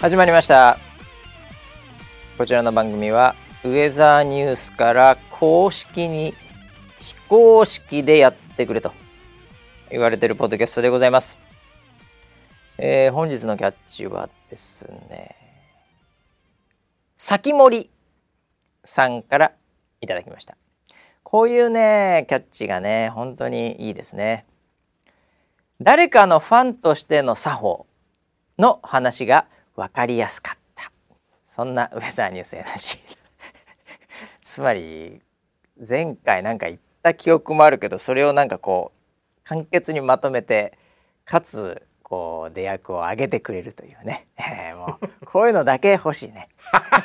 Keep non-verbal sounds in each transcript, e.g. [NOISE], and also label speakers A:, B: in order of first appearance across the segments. A: 始まりましたこちらの番組はウェザーニュースから公式に非公式でやってくれと言われてるポッドキャストでございます、えー本日のキャッチはですね先森さんからいただきましたこういうねキャッチがね本当にいいですね誰かのファンとしての作法の話が分かりやすかったそんなウェザーニュース NG [LAUGHS] つまり前回なんか言った記憶もあるけどそれをなんかこう簡潔にまとめてかつこう出役を上げてくれるというね、えーもうこういうのだけ欲しいね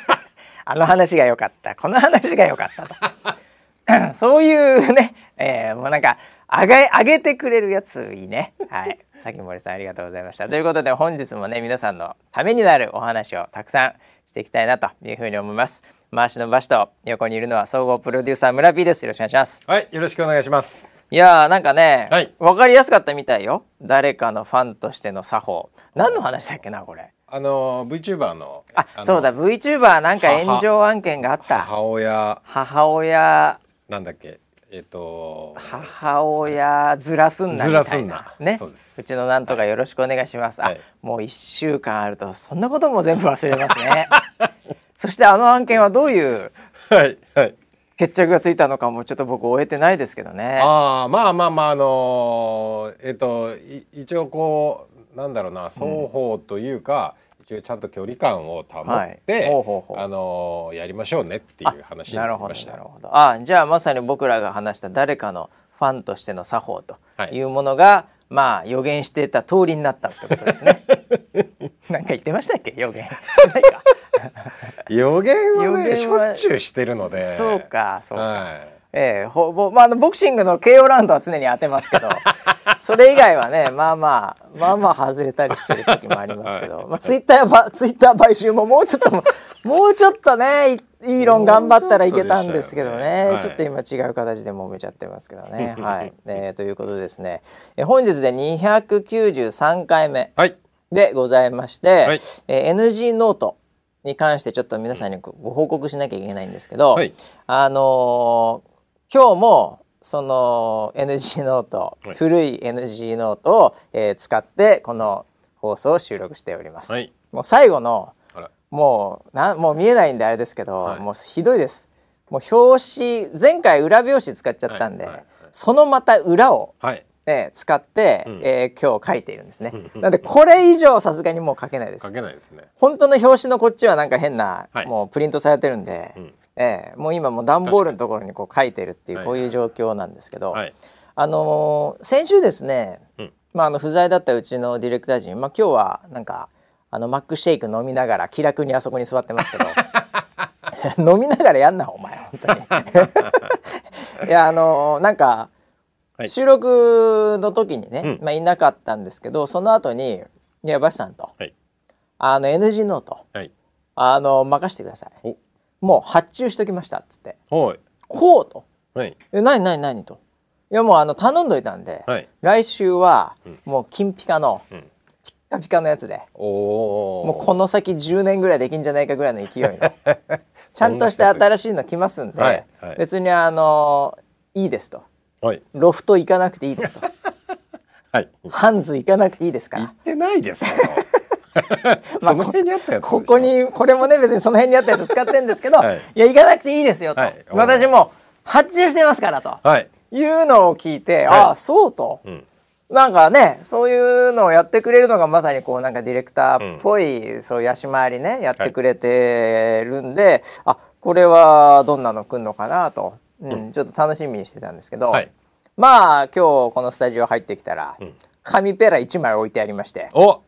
A: [LAUGHS] あの話が良かったこの話が良かったと。 [LAUGHS] そういうね、えーもうなんか上げ上げてくれるやついいね。はい、さきもりさんありがとうございました。ということで本日もね皆さんのためになるお話をたくさんしていきたいなというふうに思います。回しの場所と横にいるのは総合プロデューサー村 P です。よろしくお願いします。
B: はい、よろしくお願いします。
A: いやーなんかね、
B: はい
A: わかりやすかったみたいよ。誰かのファンとしての作法。何の話だっけなこれ。
B: あの VTuber の
A: あ、
B: の
A: そうだ VTuber なんか炎上案件があった。
B: 母親
A: 母親
B: なんだっけえ
A: [LAUGHS]
B: っ、と
A: 母親ずらすんなみたいな
B: ずらすんな
A: ね
B: そうです
A: ちのなんとかよろしくお願いします、
B: は
A: あ
B: い
A: もう1週間あるとそんなことも全部忘れますね [LAUGHS] そしてあの案件はどういう
B: はいはい。
A: 決着がついたのかもちょっと僕終えてないですけどね
B: ああまあまあまああのーえっ、とい一応こうなんだろうな双方というか、一応ちゃんと距離感を保って、
A: はいほうほうほう
B: あのーやりましょうねっていう話に
A: な
B: な
A: る
B: り
A: ほ
B: ま
A: ど
B: した。
A: なるほどあじゃあまさに僕らが話した誰かのファンとしての作法と
B: はい
A: いうものが、まあ予言していた通りになったってことです
B: [LAUGHS]
A: ねなんか言ってましたっけ予言してないか
B: 予言はね
A: 予
B: し
A: 言は
B: ょっちゅうしてるので。
A: そうかそうか
B: はい。
A: ええほぼまああのボクシングの KO ラウンドは常に当てます [LAUGHS] けどそれ以外はねまあまあまあまあ外れたりしてる時もありますけど、まあ、ツイッターばツイッター買収ももうちょっと [LAUGHS] ももうちょっとねイイーロン頑張ったらいけたんですけど
B: もう
A: ねちょ
B: ちょ
A: っ
B: っ
A: と
B: と
A: 今違う形で揉めちゃってますけど [LAUGHS] ね。はいえーということでですねえ本日で293回目。
B: はい。
A: でございまして、
B: はい
A: えー NG ノートに関してちょっと皆さんにごご報告しなきゃいけないんですけど、
B: はい
A: あのー今日もその NG ノート、
B: はい
A: 古い NG ノートを、えー使ってこの放送を収録しております。
B: はい
A: もう最後の
B: あら。
A: もうなもう見えないんであれですけど、
B: はい
A: もうひどいです。もう表紙前回裏表紙使っちゃったんで、
B: はいはいはい
A: そのまた裏を
B: はい。
A: ね、使って、
B: ん
A: えー今日書いているんですね
B: うん。うん
A: なんでこれ以上さすがにもう書けないで
B: 書
A: す。
B: けないですね。
A: 本当の表紙のこっちはなんか変な、
B: はい
A: もうプリントされてるんで、
B: うん
A: えーもう今もう段ボールのところにこう書いてるっていう
B: はい
A: こういう状況なんですけど、
B: はい。
A: あのー先週ですね、
B: うん
A: まあ、あの不在だったうちのディレクター陣、まあ、今日はなんかあのマックシェイク飲みながら気楽にあそこに座ってますけど [LAUGHS] 飲みながらやんなお前本当に [LAUGHS] いやあのーなんか、
B: はい
A: 収録の時にね、
B: うん
A: まあ、いなかったんですけどその後に「いやバシさんと」
B: はい
A: あの NG ノート
B: はい。
A: あの任せてください
B: お。
A: もう発注しときました」っつって
B: はい。
A: 「ほう」と
B: はい。
A: 「え何何何?」と「いやもうあの頼んどいたんで、
B: はい。
A: 来週はもう金ピカの、
B: うん
A: ピッカピカのやつで
B: おお。
A: もうこの先10年ぐらいできんじゃないかぐらいの勢いの
B: [LAUGHS]
A: ちゃんとして新しいの来ますんで、
B: はいはい
A: 別にあのいいですと
B: はい。
A: ロフト行かなくていいですと
B: はい。
A: ハンズ行かなくていいですか
B: 行っ
A: ら。
B: てない [LAUGHS] ですよ。
A: まあ
B: その辺にあったやつでしょ
A: ここ。にこれもね別にその辺にあったやつ使ってんですけど、
B: はい
A: い、や行かなくていいですよと、
B: はい
A: 私も発注してますからと、
B: はい。
A: い、うのを聞いて、
B: はい
A: ああそうと、
B: うん。
A: なんかねそういうのをやってくれるのがまさにこうなんかディレクターっぽい、そういう足回りねやってくれてるんで、あこれはどんなの来るのかなと、うんちょっと楽しみにしてたんですけど、
B: はい
A: まあ今日このスタジオ入ってきたら、
B: ん
A: 紙ペラ1枚置いてありまして
B: お。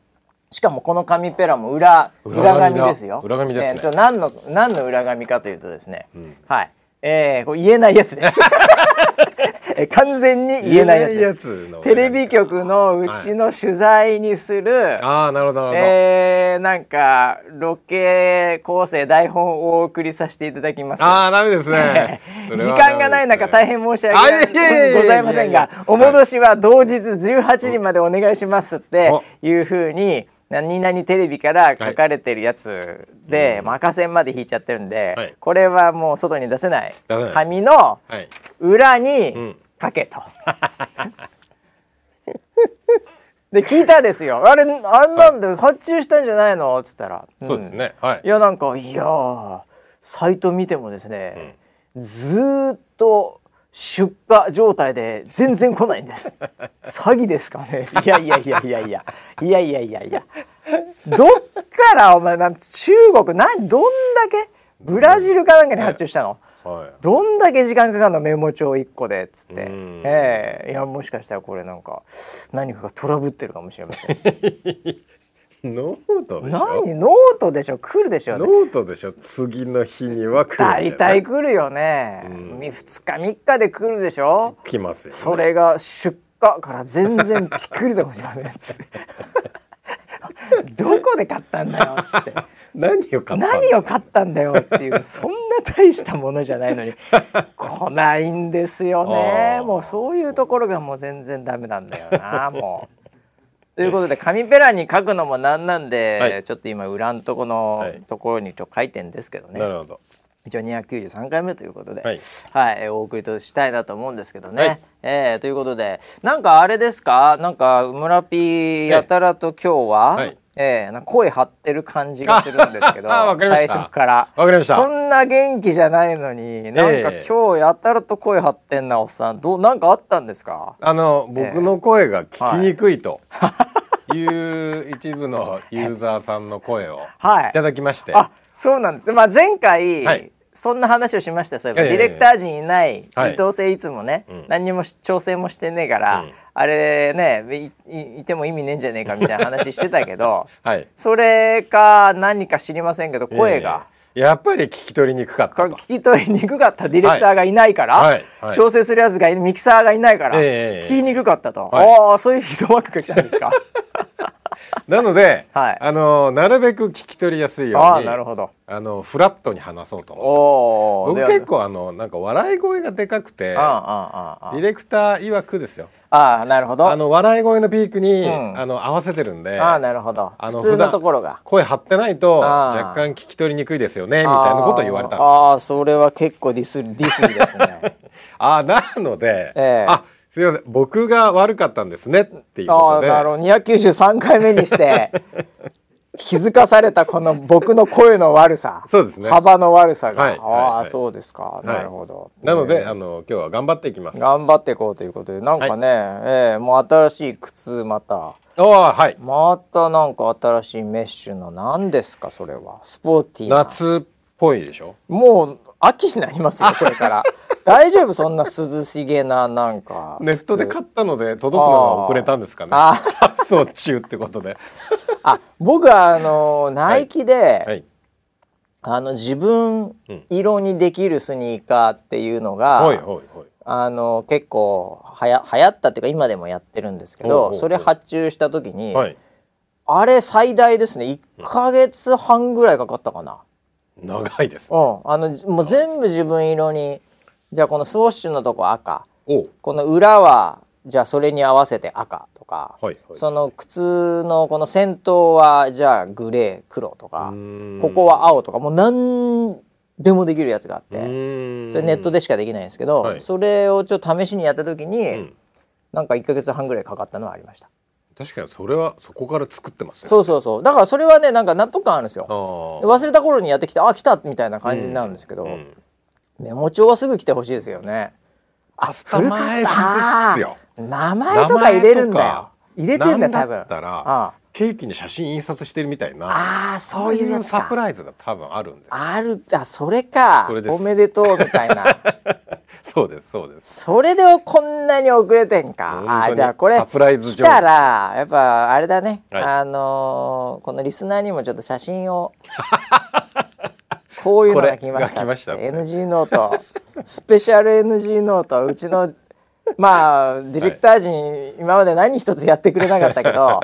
A: しかもこの紙ペラも裏裏
B: 裏紙だ
A: 紙ですよ。
B: 裏紙ですね
A: えーちょ何の何の裏紙かというとですね、
B: ん
A: はい、えー、これ言えないやつ
B: [LAUGHS]
A: です。えー完全に言えないやつです。
B: つの
A: テレビ局のうちの取材にする、
B: ああなるほどなるほど、
A: えー、なんかロケ構成台本をお送りさせていただきます。
B: ああダメですね
A: 時間がない中大変申し
B: あいえ
A: 訳
B: いえいえ
A: ございません
B: いやい
A: が
B: や
A: お戻しは同日18時までお願いしますって
B: お
A: いうふうに何々テレビから書かれてるやつで、もう赤線まで引いちゃってるんで、
B: はい
A: これはもう外に出せない
B: 出せないです
A: 紙の
B: はい
A: 裏
B: う
A: に
B: ん
A: 書けと。で聞いたですよ「あれあんなんで発注したんじゃないの?」っつったら「
B: そうですねはい
A: いやなんかいやーサイト見てもですね、ずーっと出荷状態で全然来ないんです [LAUGHS] 詐欺ですかねいやいやいやいやいやいやいやいやいやどっからお前なん中国なんどんだけブラジルかなんかに発注したの、
B: はい
A: どんだけ時間かかるのメモ帳1個でっつって、
B: ん
A: ええいやもしかしたらこれなんか何かがトラブってるかもしれません
B: ノートでしょ
A: 何ノートでしょ来るでしょ
B: ノートでしょ次の日には
A: 大
B: 来るんじゃない
A: 体来るよね、み2日3日で来るでしょ
B: 来ますよね、
A: それが出荷から全然びっくりとかもしませんっつってどこで買ったんだよっつって
B: 何を買ったの
A: 何を買ったんだよっていうそんな大したものじゃないのに来ないんですよね
B: あー
A: もうそういうところがもう全然ダメなんだよなもう。ということで紙ペラに書くのもなんなんで、
B: はい
A: ちょっと今裏んとこの、
B: はい
A: ところにちょっと書いてんですけどね。
B: なるほど
A: 一応293回目ということで、は
B: はいい、
A: えーお送りとしたいなと思うんですけどね。
B: はい
A: えーということで、なんかあれですか、なんか村ピーやたらと今日は、
B: は
A: え
B: い
A: えなんか声張ってる感じがするんですけど、
B: [LAUGHS] あわかりまし
A: 最
B: た
A: 初から。
B: わかりました
A: そんな元気じゃないのに、なんか
B: ええ
A: 今日やたらと声張ってんなおっさん、どうなんかあったんですか。
B: あの僕の声が聞きにくいという一部のユーザーさんの声を
A: はい
B: いただきまして、
A: あ、そうなんです。まあ前回、
B: はい
A: そんな話をしましたよそういえば、
B: ええ
A: ディレクター陣いない、
B: は
A: 伊
B: い
A: 藤誠いつもね、
B: ん
A: 何にもし調整もしてねえから、
B: うん
A: あれねいいいても意味ねえんじゃねえかみたいな話してたけど
B: はい
A: [LAUGHS] それか何か知りませんけど声が、、
B: えーやっぱり聞き取りにくかっ
A: こ
B: た
A: [LAUGHS] れ
B: と
A: 聞き取りにくかったディレクターがいないから、
B: はいはい
A: 調整するやつがいミキサーがいないから、
B: ええ
A: 聞きにくかったと、
B: はい
A: ああそういうフィードバックが来たんですか
B: なので、
A: はい
B: あのなるべく聞き取りや [LAUGHS] すいように
A: ああなるほど
B: あのフラットに話そうと思って
A: おお
B: 僕結構あのなんか笑い声がでかくてデ
A: ああああ
B: ィレクター曰くですよ
A: ああなるほど
B: あの笑い声のピークに、
A: ん
B: あの合わせてるんで
A: ああなるほど
B: あ
A: 普通
B: 普
A: の
B: 段
A: ところが
B: 声張ってないと
A: あー
B: 若干聞き取りにくいですよねみたいなことを言われたんです
A: ああそれは結構ディスディスりです
B: [LAUGHS]
A: ね
B: あなので、
A: ええ
B: あすみません僕が悪かったんですねっていう
A: あ
B: こ
A: あ
B: とで
A: なるほど293回目にして
B: [LAUGHS]
A: 気づかされたこの僕の声の悪さ
B: そうですね
A: 幅の悪さが、
B: はいはい
A: ああ、
B: はい
A: そうですか、なるほど
B: なの
A: え
B: で、あの今日は頑張っていきま
A: ー
B: すあ
A: 頑張っていこうということでなんかね、えーもう新しい靴また
B: あはい
A: またなんか新しいメッシュの何ですかそれはスポーティーな
B: 夏っぽいでしょ
A: もう秋になり
B: [LAUGHS]
A: ますよこれから大丈夫そんな涼しげななんか
B: ネットで買ったので届くのが遅れたんですかね
A: あー
B: [LAUGHS] 発送中ってこ
A: [LAUGHS]
B: とで
A: あ僕はあのナイキで、
B: はい
A: あの自分
B: うん
A: 色にできるスニーカーっていうのが、
B: はいはいはい
A: あの結構はや流行ったっていうか今でもやってるんですけ
B: ほうほ
A: ど
B: うほう
A: それ発注した時に、
B: はい
A: あれ最大ですね1ヶ月半ぐらいかかったかな。
B: 長いです
A: う
B: ね
A: ん、あのじもう全部自分色にじゃあこのスウォッシュのとこ赤
B: おう
A: この裏はじゃあそれに合わせて赤とか、
B: はいはい
A: その靴のこの先頭はじゃあグレー黒とか
B: うーん
A: ここは青とかもう何でもできるやつがあっ
B: う
A: て
B: ーん
A: それネットでしかできないんですけど、
B: はい
A: それをちょっと試しにやった時に、
B: ん
A: なんか1ヶ月半ぐらいかかったのはありました
B: 確かにそれはそこから作ってますね
A: そうそうそうだからそれはねなんか納得感あるんですよ
B: あー
A: で忘れた頃にやってきてあ来たみたいな感じになるんですけど、
B: うん
A: メモ帳はすぐ来てほしいですよね
B: カス
A: フルカスター
B: ですよ
A: 名前とか入れるんだよ入れてんだよ
B: な
A: 多
B: ん
A: 分
B: だったら
A: あ
B: ケーキに写真印刷してるみたいな
A: ああーそ
B: そうう
A: い
B: いう
A: や
B: う
A: つ
B: サプ
A: か
B: ライズが多分あるんで
A: あるあそれか
B: それです
A: おめでとうみたいな
B: すそうですそうです
A: それでこんなに遅れてんか
B: 本当に
A: あーじゃあこれ
B: サプライズ
A: 来
B: 情報
A: たらやっぱあれだね、
B: はい
A: あのーこのリスナーにもちょっと写真をこういうのが来ました
B: これが来ました
A: つって NG ノートスペシャル NG ノートうちのまあディレクター陣、今まで何一つやってくれなかったけ
B: [LAUGHS]
A: ど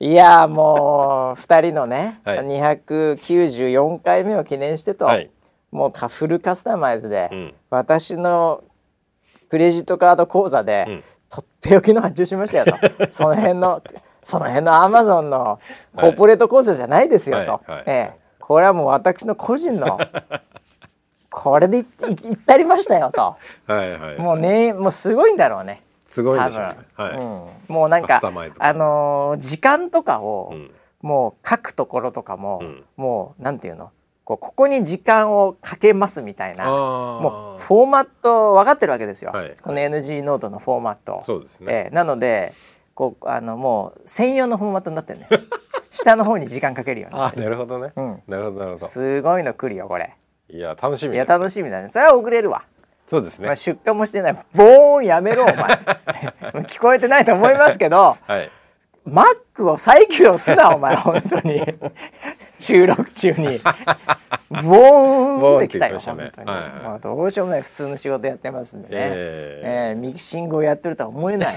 A: いやーもう2人のね、
B: はい
A: 294回目を記念してと、
B: はい
A: もうカフルカスタマイズで、
B: うん
A: 私のクレジットカード口座で、
B: うん [LAUGHS]
A: とっておきの発注しましたよとその辺のその辺のアマゾンのコーポレート構成じゃないですよと、
B: はいはい
A: ええこれはもう私の個人
B: [LAUGHS]
A: のこれでいいいったりましたよと
B: はいはいはい
A: もうねもうすごいんだろうね
B: すごい
A: 多
B: でしょう
A: 分、
B: ねは
A: うん、もうなん
B: カ
A: か
B: スタマイズ
A: あのー時間とかを、
B: いうん
A: もう書くところとかも、
B: うん
A: もうなんていうのこうここに時間をかけますみたい
B: あ
A: な
B: ー
A: もうフォーマット分かってるわけですよ、
B: はい
A: この NG ノートのフォーマット。
B: そうですね
A: ええなのでこうあのもう専用のフォーマットになって
B: [LAUGHS]
A: るね下の方に時間かけるようにな
B: あ
A: って
B: ーなるほどね
A: うん
B: なるほどなるほ
A: すごいの来るよこれ
B: どいや楽しみ
A: い
B: で
A: や
B: す
A: 楽しみだねそれは遅れるわ、
B: そうです
A: まあ、
B: ね
A: 出荷もしてないボーンやめろお
B: [LAUGHS]
A: 前聞こえてないと思いますけど
B: はい
A: マックを再起動すなお前本当に収録中
B: [LAUGHS]
A: にボーンってきたよ、
B: ボーンって言ってましたね
A: 本当に、
B: はいはい
A: もうどうしようもない普通の仕事やってますんでね、
B: え
A: え
B: え
A: ーミキシングをやってるとは思え
B: [LAUGHS]
A: ない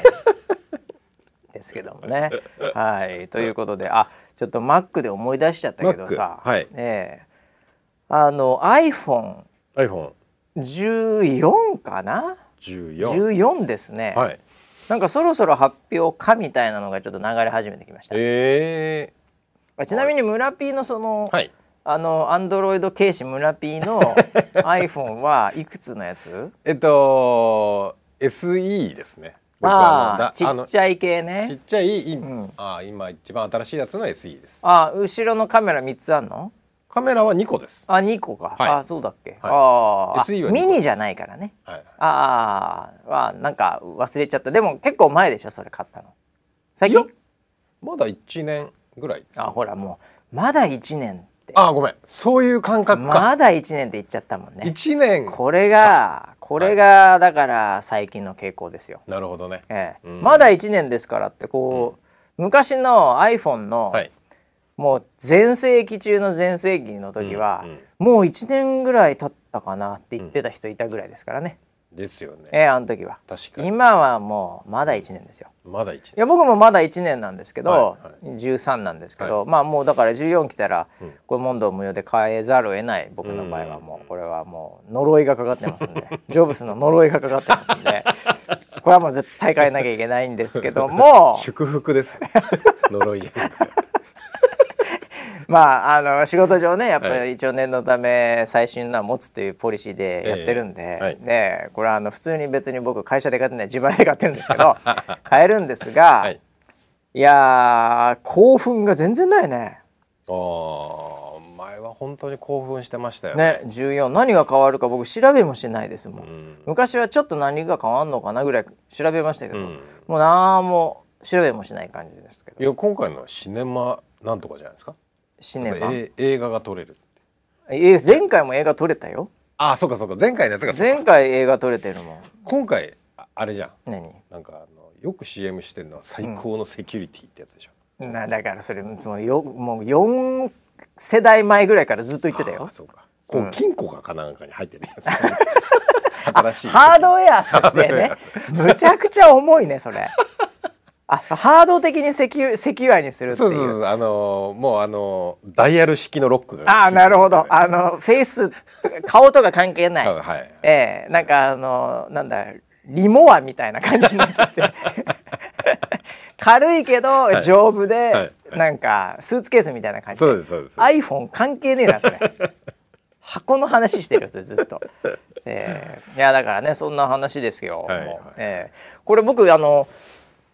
A: ですけどもね。はいということであちょっとマックで思い出しちゃったけどさ、
B: Mac はい
A: えーあの
B: iPhone
A: iPhone14 かな
B: 14
A: 14ですね、
B: はい
A: なんかそろそろ発表かみたいなのがちょっと流れ始めてきました、
B: え
A: あちなみに村 P のその、
B: ーはい
A: あのアンドロイド軽視村 P の
B: [LAUGHS]
A: iPhone はいくつのやつ
B: えっと SE ですね僕
A: あ
B: の
A: あ
B: だ
A: ー
B: あ
A: ち
B: の
A: っちゃい系ね
B: ちっちゃい、今
A: うん
B: あー今一番新しいやつの SE です
A: あ後ろのカメラ三つあんの
B: カメラは2個です
A: あ二個か、
B: はい
A: あそうだっけ、
B: はい
A: ああ
B: SE は二
A: ミ
B: 個
A: ニじゃないからね
B: はい
A: あーあなんか忘れちゃったでも結構前でしょそれ買ったの最
B: いや
A: 近
B: まだ1年ぐらいです
A: あほらもうまだ一年って
B: あごめんそういう感覚か、
A: まだ一年って言っちゃったもんね
B: 一1年
A: これがこれがだから最近の傾向ですよ
B: なるほどね
A: ええ
B: うん
A: まだ1年ですからってこう、昔の iPhone の、
B: はい
A: もう全盛期中の全盛期の時は、
B: うんうん
A: もう1年ぐらい経ったかなって言ってた人いたぐらいですからね、
B: ですよね
A: ええあの時は
B: 確かに
A: 今はもうまだ1年ですよ
B: まだ1
A: い
B: 年
A: や僕もまだ1年なんですけど、
B: はい
A: 13なんですけど、まあもうだから14来たら、これ問答無用で変えざるを得ない僕の場合はもうこれはもう呪いがかかってます
B: [LAUGHS]
A: んでジョブスの呪いがかかってますんでこれはもう絶対変えなきゃいけないんですけど
B: [LAUGHS]
A: も
B: 祝福です呪いじゃなくて
A: [LAUGHS] まああの仕事上ねやっぱ
B: は
A: り一応念のため最新のは持つというポリシーでやってるんで、
B: ええはい
A: ねこれはあの普通に別に僕会社で買ってない自分で買ってるんですけ
B: [LAUGHS]
A: ど買えるんですが、
B: はいい、
A: やー興奮が全然ないね。
B: あー前は本当に興奮してましたよね
A: ね14何が変わるか僕調べもしないですもん、
B: ん
A: 昔はちょっと何が変わんのかなぐらい調べましたけど、
B: ん
A: もう何も調べもしない感じですけど
B: いや今回のはシネマなんとかじゃないですか
A: シネマ、
B: え映画が撮れる
A: え前回も映画撮れたよ
B: あそうかそうか前回のやつがそうか
A: 前回映画撮れてるもん
B: 今回ああれじゃん
A: 何
B: なんかあのよく CM してるのは最高のセキュリティってやつでしょ、
A: なだからそれもうよもう4世代前ぐらいからずっと言ってた
B: あ
A: よ
B: そうかこう、金庫かかなんかに入ってるや [LAUGHS] つ新しい
A: ハードウェアとしてね
B: ハ
A: むちゃくちゃ重いねそれあハード的にセキュセキュアにするってい
B: そううそうそうあのーもうあのーダイヤル式のロックが
A: ああなるほど
B: あ
A: あのフェイス顔とか関係ない、
B: [LAUGHS] はい
A: ええなんかあのなんだリモアみたいな感じになっちゃって
B: [LAUGHS]
A: 軽いけど
B: い
A: 丈夫で、
B: はいはい
A: なんかスーツケースみたいな感じ
B: そうですそうです
A: iPhone 関係ねえなそ
B: [LAUGHS]
A: れ箱の話してるよそれずっと、ええいやだからねそんな話ですよ、
B: はいはい
A: もうええこれ僕あの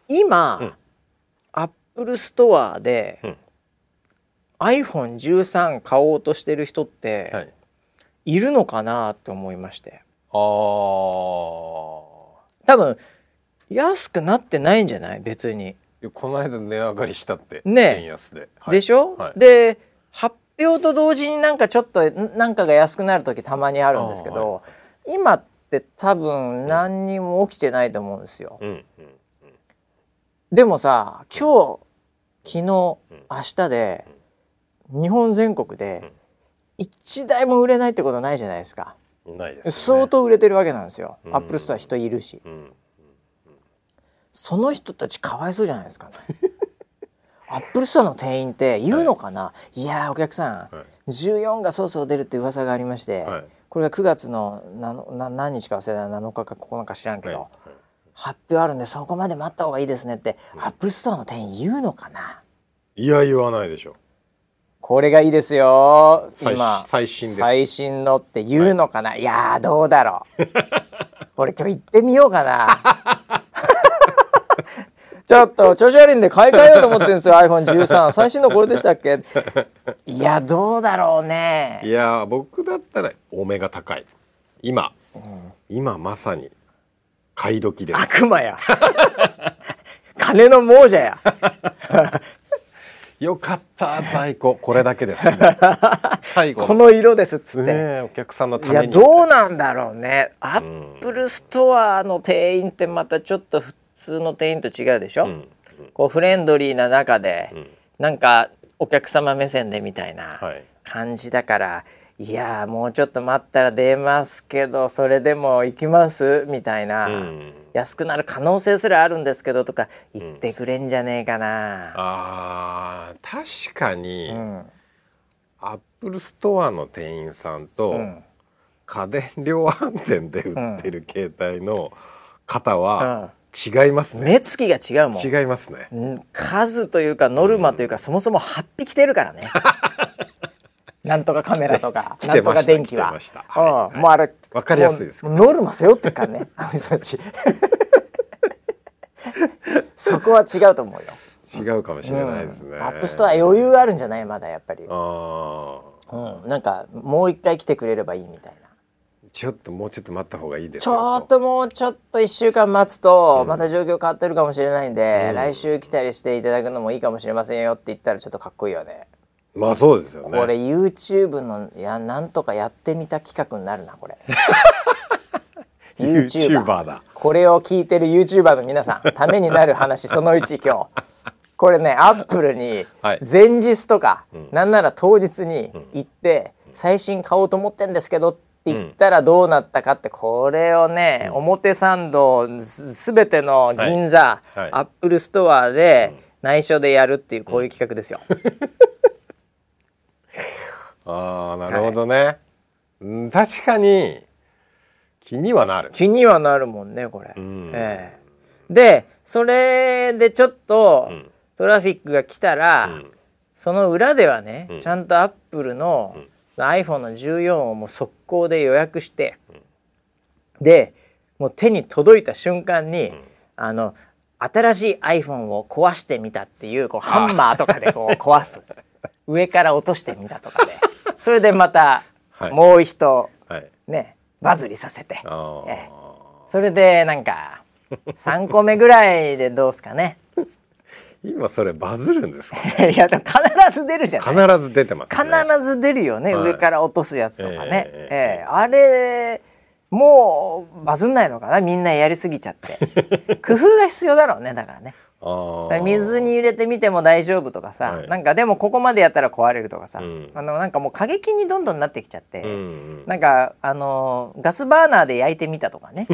A: 今、アップルストアで、
B: うん
A: iPhone13 買おうとしてる人って、
B: はいい、
A: るのかなって思いまして
B: あー
A: 多分安くなってないんじゃない別に、
B: いやこの間値上がりしたって
A: ねえ
B: 円安で、
A: でしょ、
B: はい
A: で発表と同時になんかちょっとんなんかが安くなる時たまにあるんですけど、今って多分何にも起きてないと思うんですよ、
B: うんうん
A: でもさ今日昨日明
B: ん
A: 日で日本全国で一台も売れないってことないじゃないですか
B: ないです、ね、
A: 相当売れてるわけなんですよ
B: うん
A: アップルストア人いるし
B: うん
A: その人たちかわいそうじゃないで
B: [LAUGHS]
A: すかねアップルストアの店員って言うのかな、い、やーお客さん、
B: はい
A: 14がそろそろ出るって噂がありまして、
B: はい
A: これが9月のなのな何日か忘れた7日か9日か知らんけど、
B: はいはい
A: 発表あるんでそこまで待った方がいいですねって、アップストアの店員言うのかない
B: や言わないでしょ
A: これがいいですよ
B: 最
A: 今
B: 最新です
A: 最新のって言うのかな、い、やーどうだろ
B: [LAUGHS]
A: う俺今日行ってみようかな [LAUGHS] ちょっと調子悪いんで買い替えようと思ってるんですよ iPhone13 最新のこれでしたっ
B: [LAUGHS]
A: けいやどうだろう
B: い
A: ね
B: や僕だったらお目が高い今、今まさに買い時です
A: 悪魔や金の亡者や
B: よかった在庫これだけです
A: [LAUGHS]
B: 最後
A: この色ですっつって、
B: ねえお客さんのた
A: いや
B: めに
A: どうなんだろうねアップルストアの店員ってまたちょっと普通の店員と違うでしょ、
B: ん
A: こうフレンドリーな中で、
B: ん
A: なんかお客様目線でみたいな
B: はい
A: 感じだから、い、やーもうちょっと待ったら出ますけどそれでも行きますみたいな、
B: うん
A: 安くなる可能性すらあるんですけどとか言ってくれんじゃねえかな、
B: あー確かに、
A: うん
B: アップルストアの店員さんと、
A: うん
B: 家電量販店で売ってる携帯の方は違いますね、
A: 目つきが違うもん
B: 違いますね
A: ん数というかノルマというか、そもそも8匹出るから
B: [LAUGHS]
A: ねなんとかカメラとか
B: 来
A: なん
B: て
A: と
B: ました
A: か電気は
B: 来てましたはい
A: うんもうあれ
B: わかりやすいです
A: もうノルマ背負ってるから
B: [LAUGHS]
A: ねあの人たち [LAUGHS] そこは違うと思うよ、
B: 違うかもしれないですね、
A: アップストア余裕あるんじゃないまだやっぱり、
B: あー
A: うん、なんかもう一回来てくれればいいみたいな
B: ちょっともうちょっと待った方がいいです
A: ち
B: よ
A: ょっともうちょっと1週間待つとまた状況変わってるかもしれないんで、来週来たりしていただくのもいいかもしれませんよって言ったらちょっとかっこいいよね
B: まあそうですよね
A: これ YouTube のいやなんとかやってみた企画になるなこ
B: [LAUGHS]
A: れ
B: YouTuber だ
A: これを聞いてる YouTuber の皆さんためになる話そのうち
B: [LAUGHS]
A: 今日これねアップルに
B: はい
A: 前日とか、なんなら当日に行って、最新買おうと思ってんですけどって言ったらどうなったかってこれをね、表参道すすべての銀座、
B: はいはい
A: アップルストアで内緒でやるっていうこういう企画ですよ。
B: ああなるほどね、うん確かに気にはなる
A: 気にはなるもんねこれ、
B: ん
A: ええでそれでちょっと、
B: ん
A: トラフィックが来たら、
B: ん
A: その裏ではね、
B: ん
A: ちゃんとアップルの、iPhone の14をもう速攻で予約して、でもう手に届いた瞬間に、あの新しい iPhone を壊してみたっていうこうハンマーとかでこう壊す上から落としてみたとかで
B: [LAUGHS]
A: それでまた、
B: はい
A: もう一
B: はい
A: ねバズりさせて。
B: ああ、
A: えそれでなんか3個目ぐらいでどうすかね
B: 今それバズるんですか
A: [LAUGHS] いやでも必ず出るじゃない
B: 必ず出てます
A: 必
B: ね
A: ず出るよね、
B: はい
A: 上から落とすやつとかね、
B: え
A: え
B: え
A: えあれもうバズんないのかなみんなやりすぎちゃって [LAUGHS] 工夫が必要だろうねだからね
B: あ
A: だから
B: あ
A: 水に入れてみても大丈夫とかさ、
B: はい
A: なんかでもここまでやったら壊れるとかさ、
B: うん
A: あのなんかもう過激にどんどんなってきちゃって、
B: うんうん
A: なんかあのーガスバーナーで焼いてみたとか
B: [LAUGHS]
A: ね、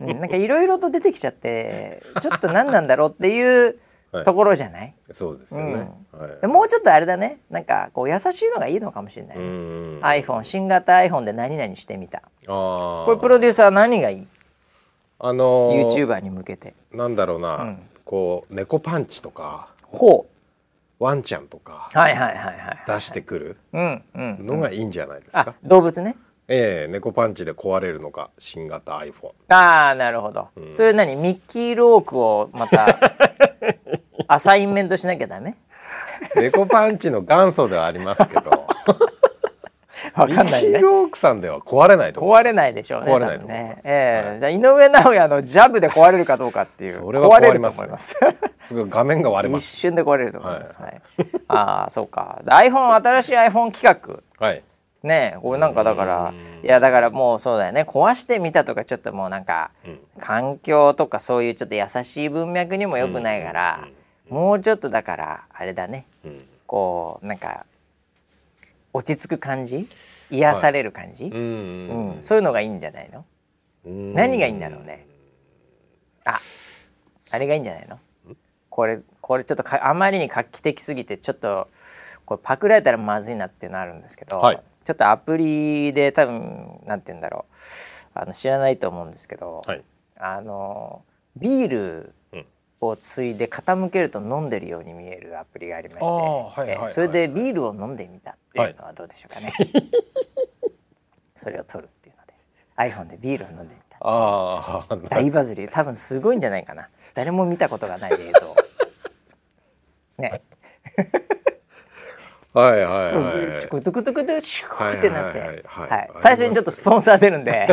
A: うんなんかいろいろと出てきちゃってちょっと何なんだろうっていう
B: はい
A: ところじゃない、
B: そうですよね、はい
A: でもうちょっとあれだねなんかこう優しいのがいいのかもしれない、
B: うんうん
A: iPhone 新型 iPhone で何々してみた
B: ああ
A: これプロデューサー何がいい
B: あのー
A: YouTuber に向けて
B: なんだろうな、こう猫パンチとか
A: ほ
B: ワンちゃんとか
A: うはいはいはいはい
B: 出してくる
A: うんうん
B: のがいいんじゃないですか、
A: あ動物ね
B: ええ猫パンチで壊れるのか新型 iPhone
A: ああなるほど、それ何ミッキーロークをま
B: [LAUGHS]
A: たアサインメントしなきゃダメ
B: 猫パンチの元祖ではありま
A: [LAUGHS]
B: すけど
A: わ
B: ミ
A: かんない
B: ッキ
A: ね
B: ーロークさんでは壊れないと思う
A: 壊れないでしょうね。
B: 壊れない
A: 多
B: と
A: 分
B: 思います
A: ね。ええじゃあ井上尚弥のジャブで壊れるかどうかっていう。
B: それは
A: 壊れ
B: 壊
A: る
B: れ
A: と
B: ます
A: 思い
B: ね
A: ます。
B: すごい画面が割れま
A: 一
B: す
A: 瞬で壊れると思います。はい。ああそうか。で iPhone 新しい iPhone 企画。
B: はい
A: ねえこれなんかだからいやだからもうそうだよね壊してみたとかちょっともうなんか、環境とかそういうちょっと優しい文脈にも良くないから、もうちょっとだからあれだね、
B: ん
A: こうなんか落ち着く感じ癒される感じ、
B: うんうん
A: うんそういうのがいいんじゃないの
B: うん
A: 何がいいんだろうねああれがいいんじゃないのこれこれちょっとかあまりに画期的すぎてちょっとこれパクられたらまずいなっていうのあるんですけど、
B: はい
A: ちょっとアプリで多分なんて言うんだろうあの知らないと思うんですけど、
B: はい
A: あのビール
B: うん
A: をついで傾けると飲んでるように見えるアプリがありまして、
B: ああはいはい
A: えーそれでビールを飲んでみたっていうのはどうでしょうか
B: [LAUGHS]
A: ね。それを取るっていうので iPhone でビールを飲んでみた
B: ああ、
A: 大バズり多分すごいんじゃないかな誰も見たことがない映
B: [LAUGHS]
A: 像。ね、
B: はいはいはい。
A: トゥクトゥクトゥクトゥシューってなって、
B: はいはいはいはい
A: はい最初にちょっとスポンサー出るんで、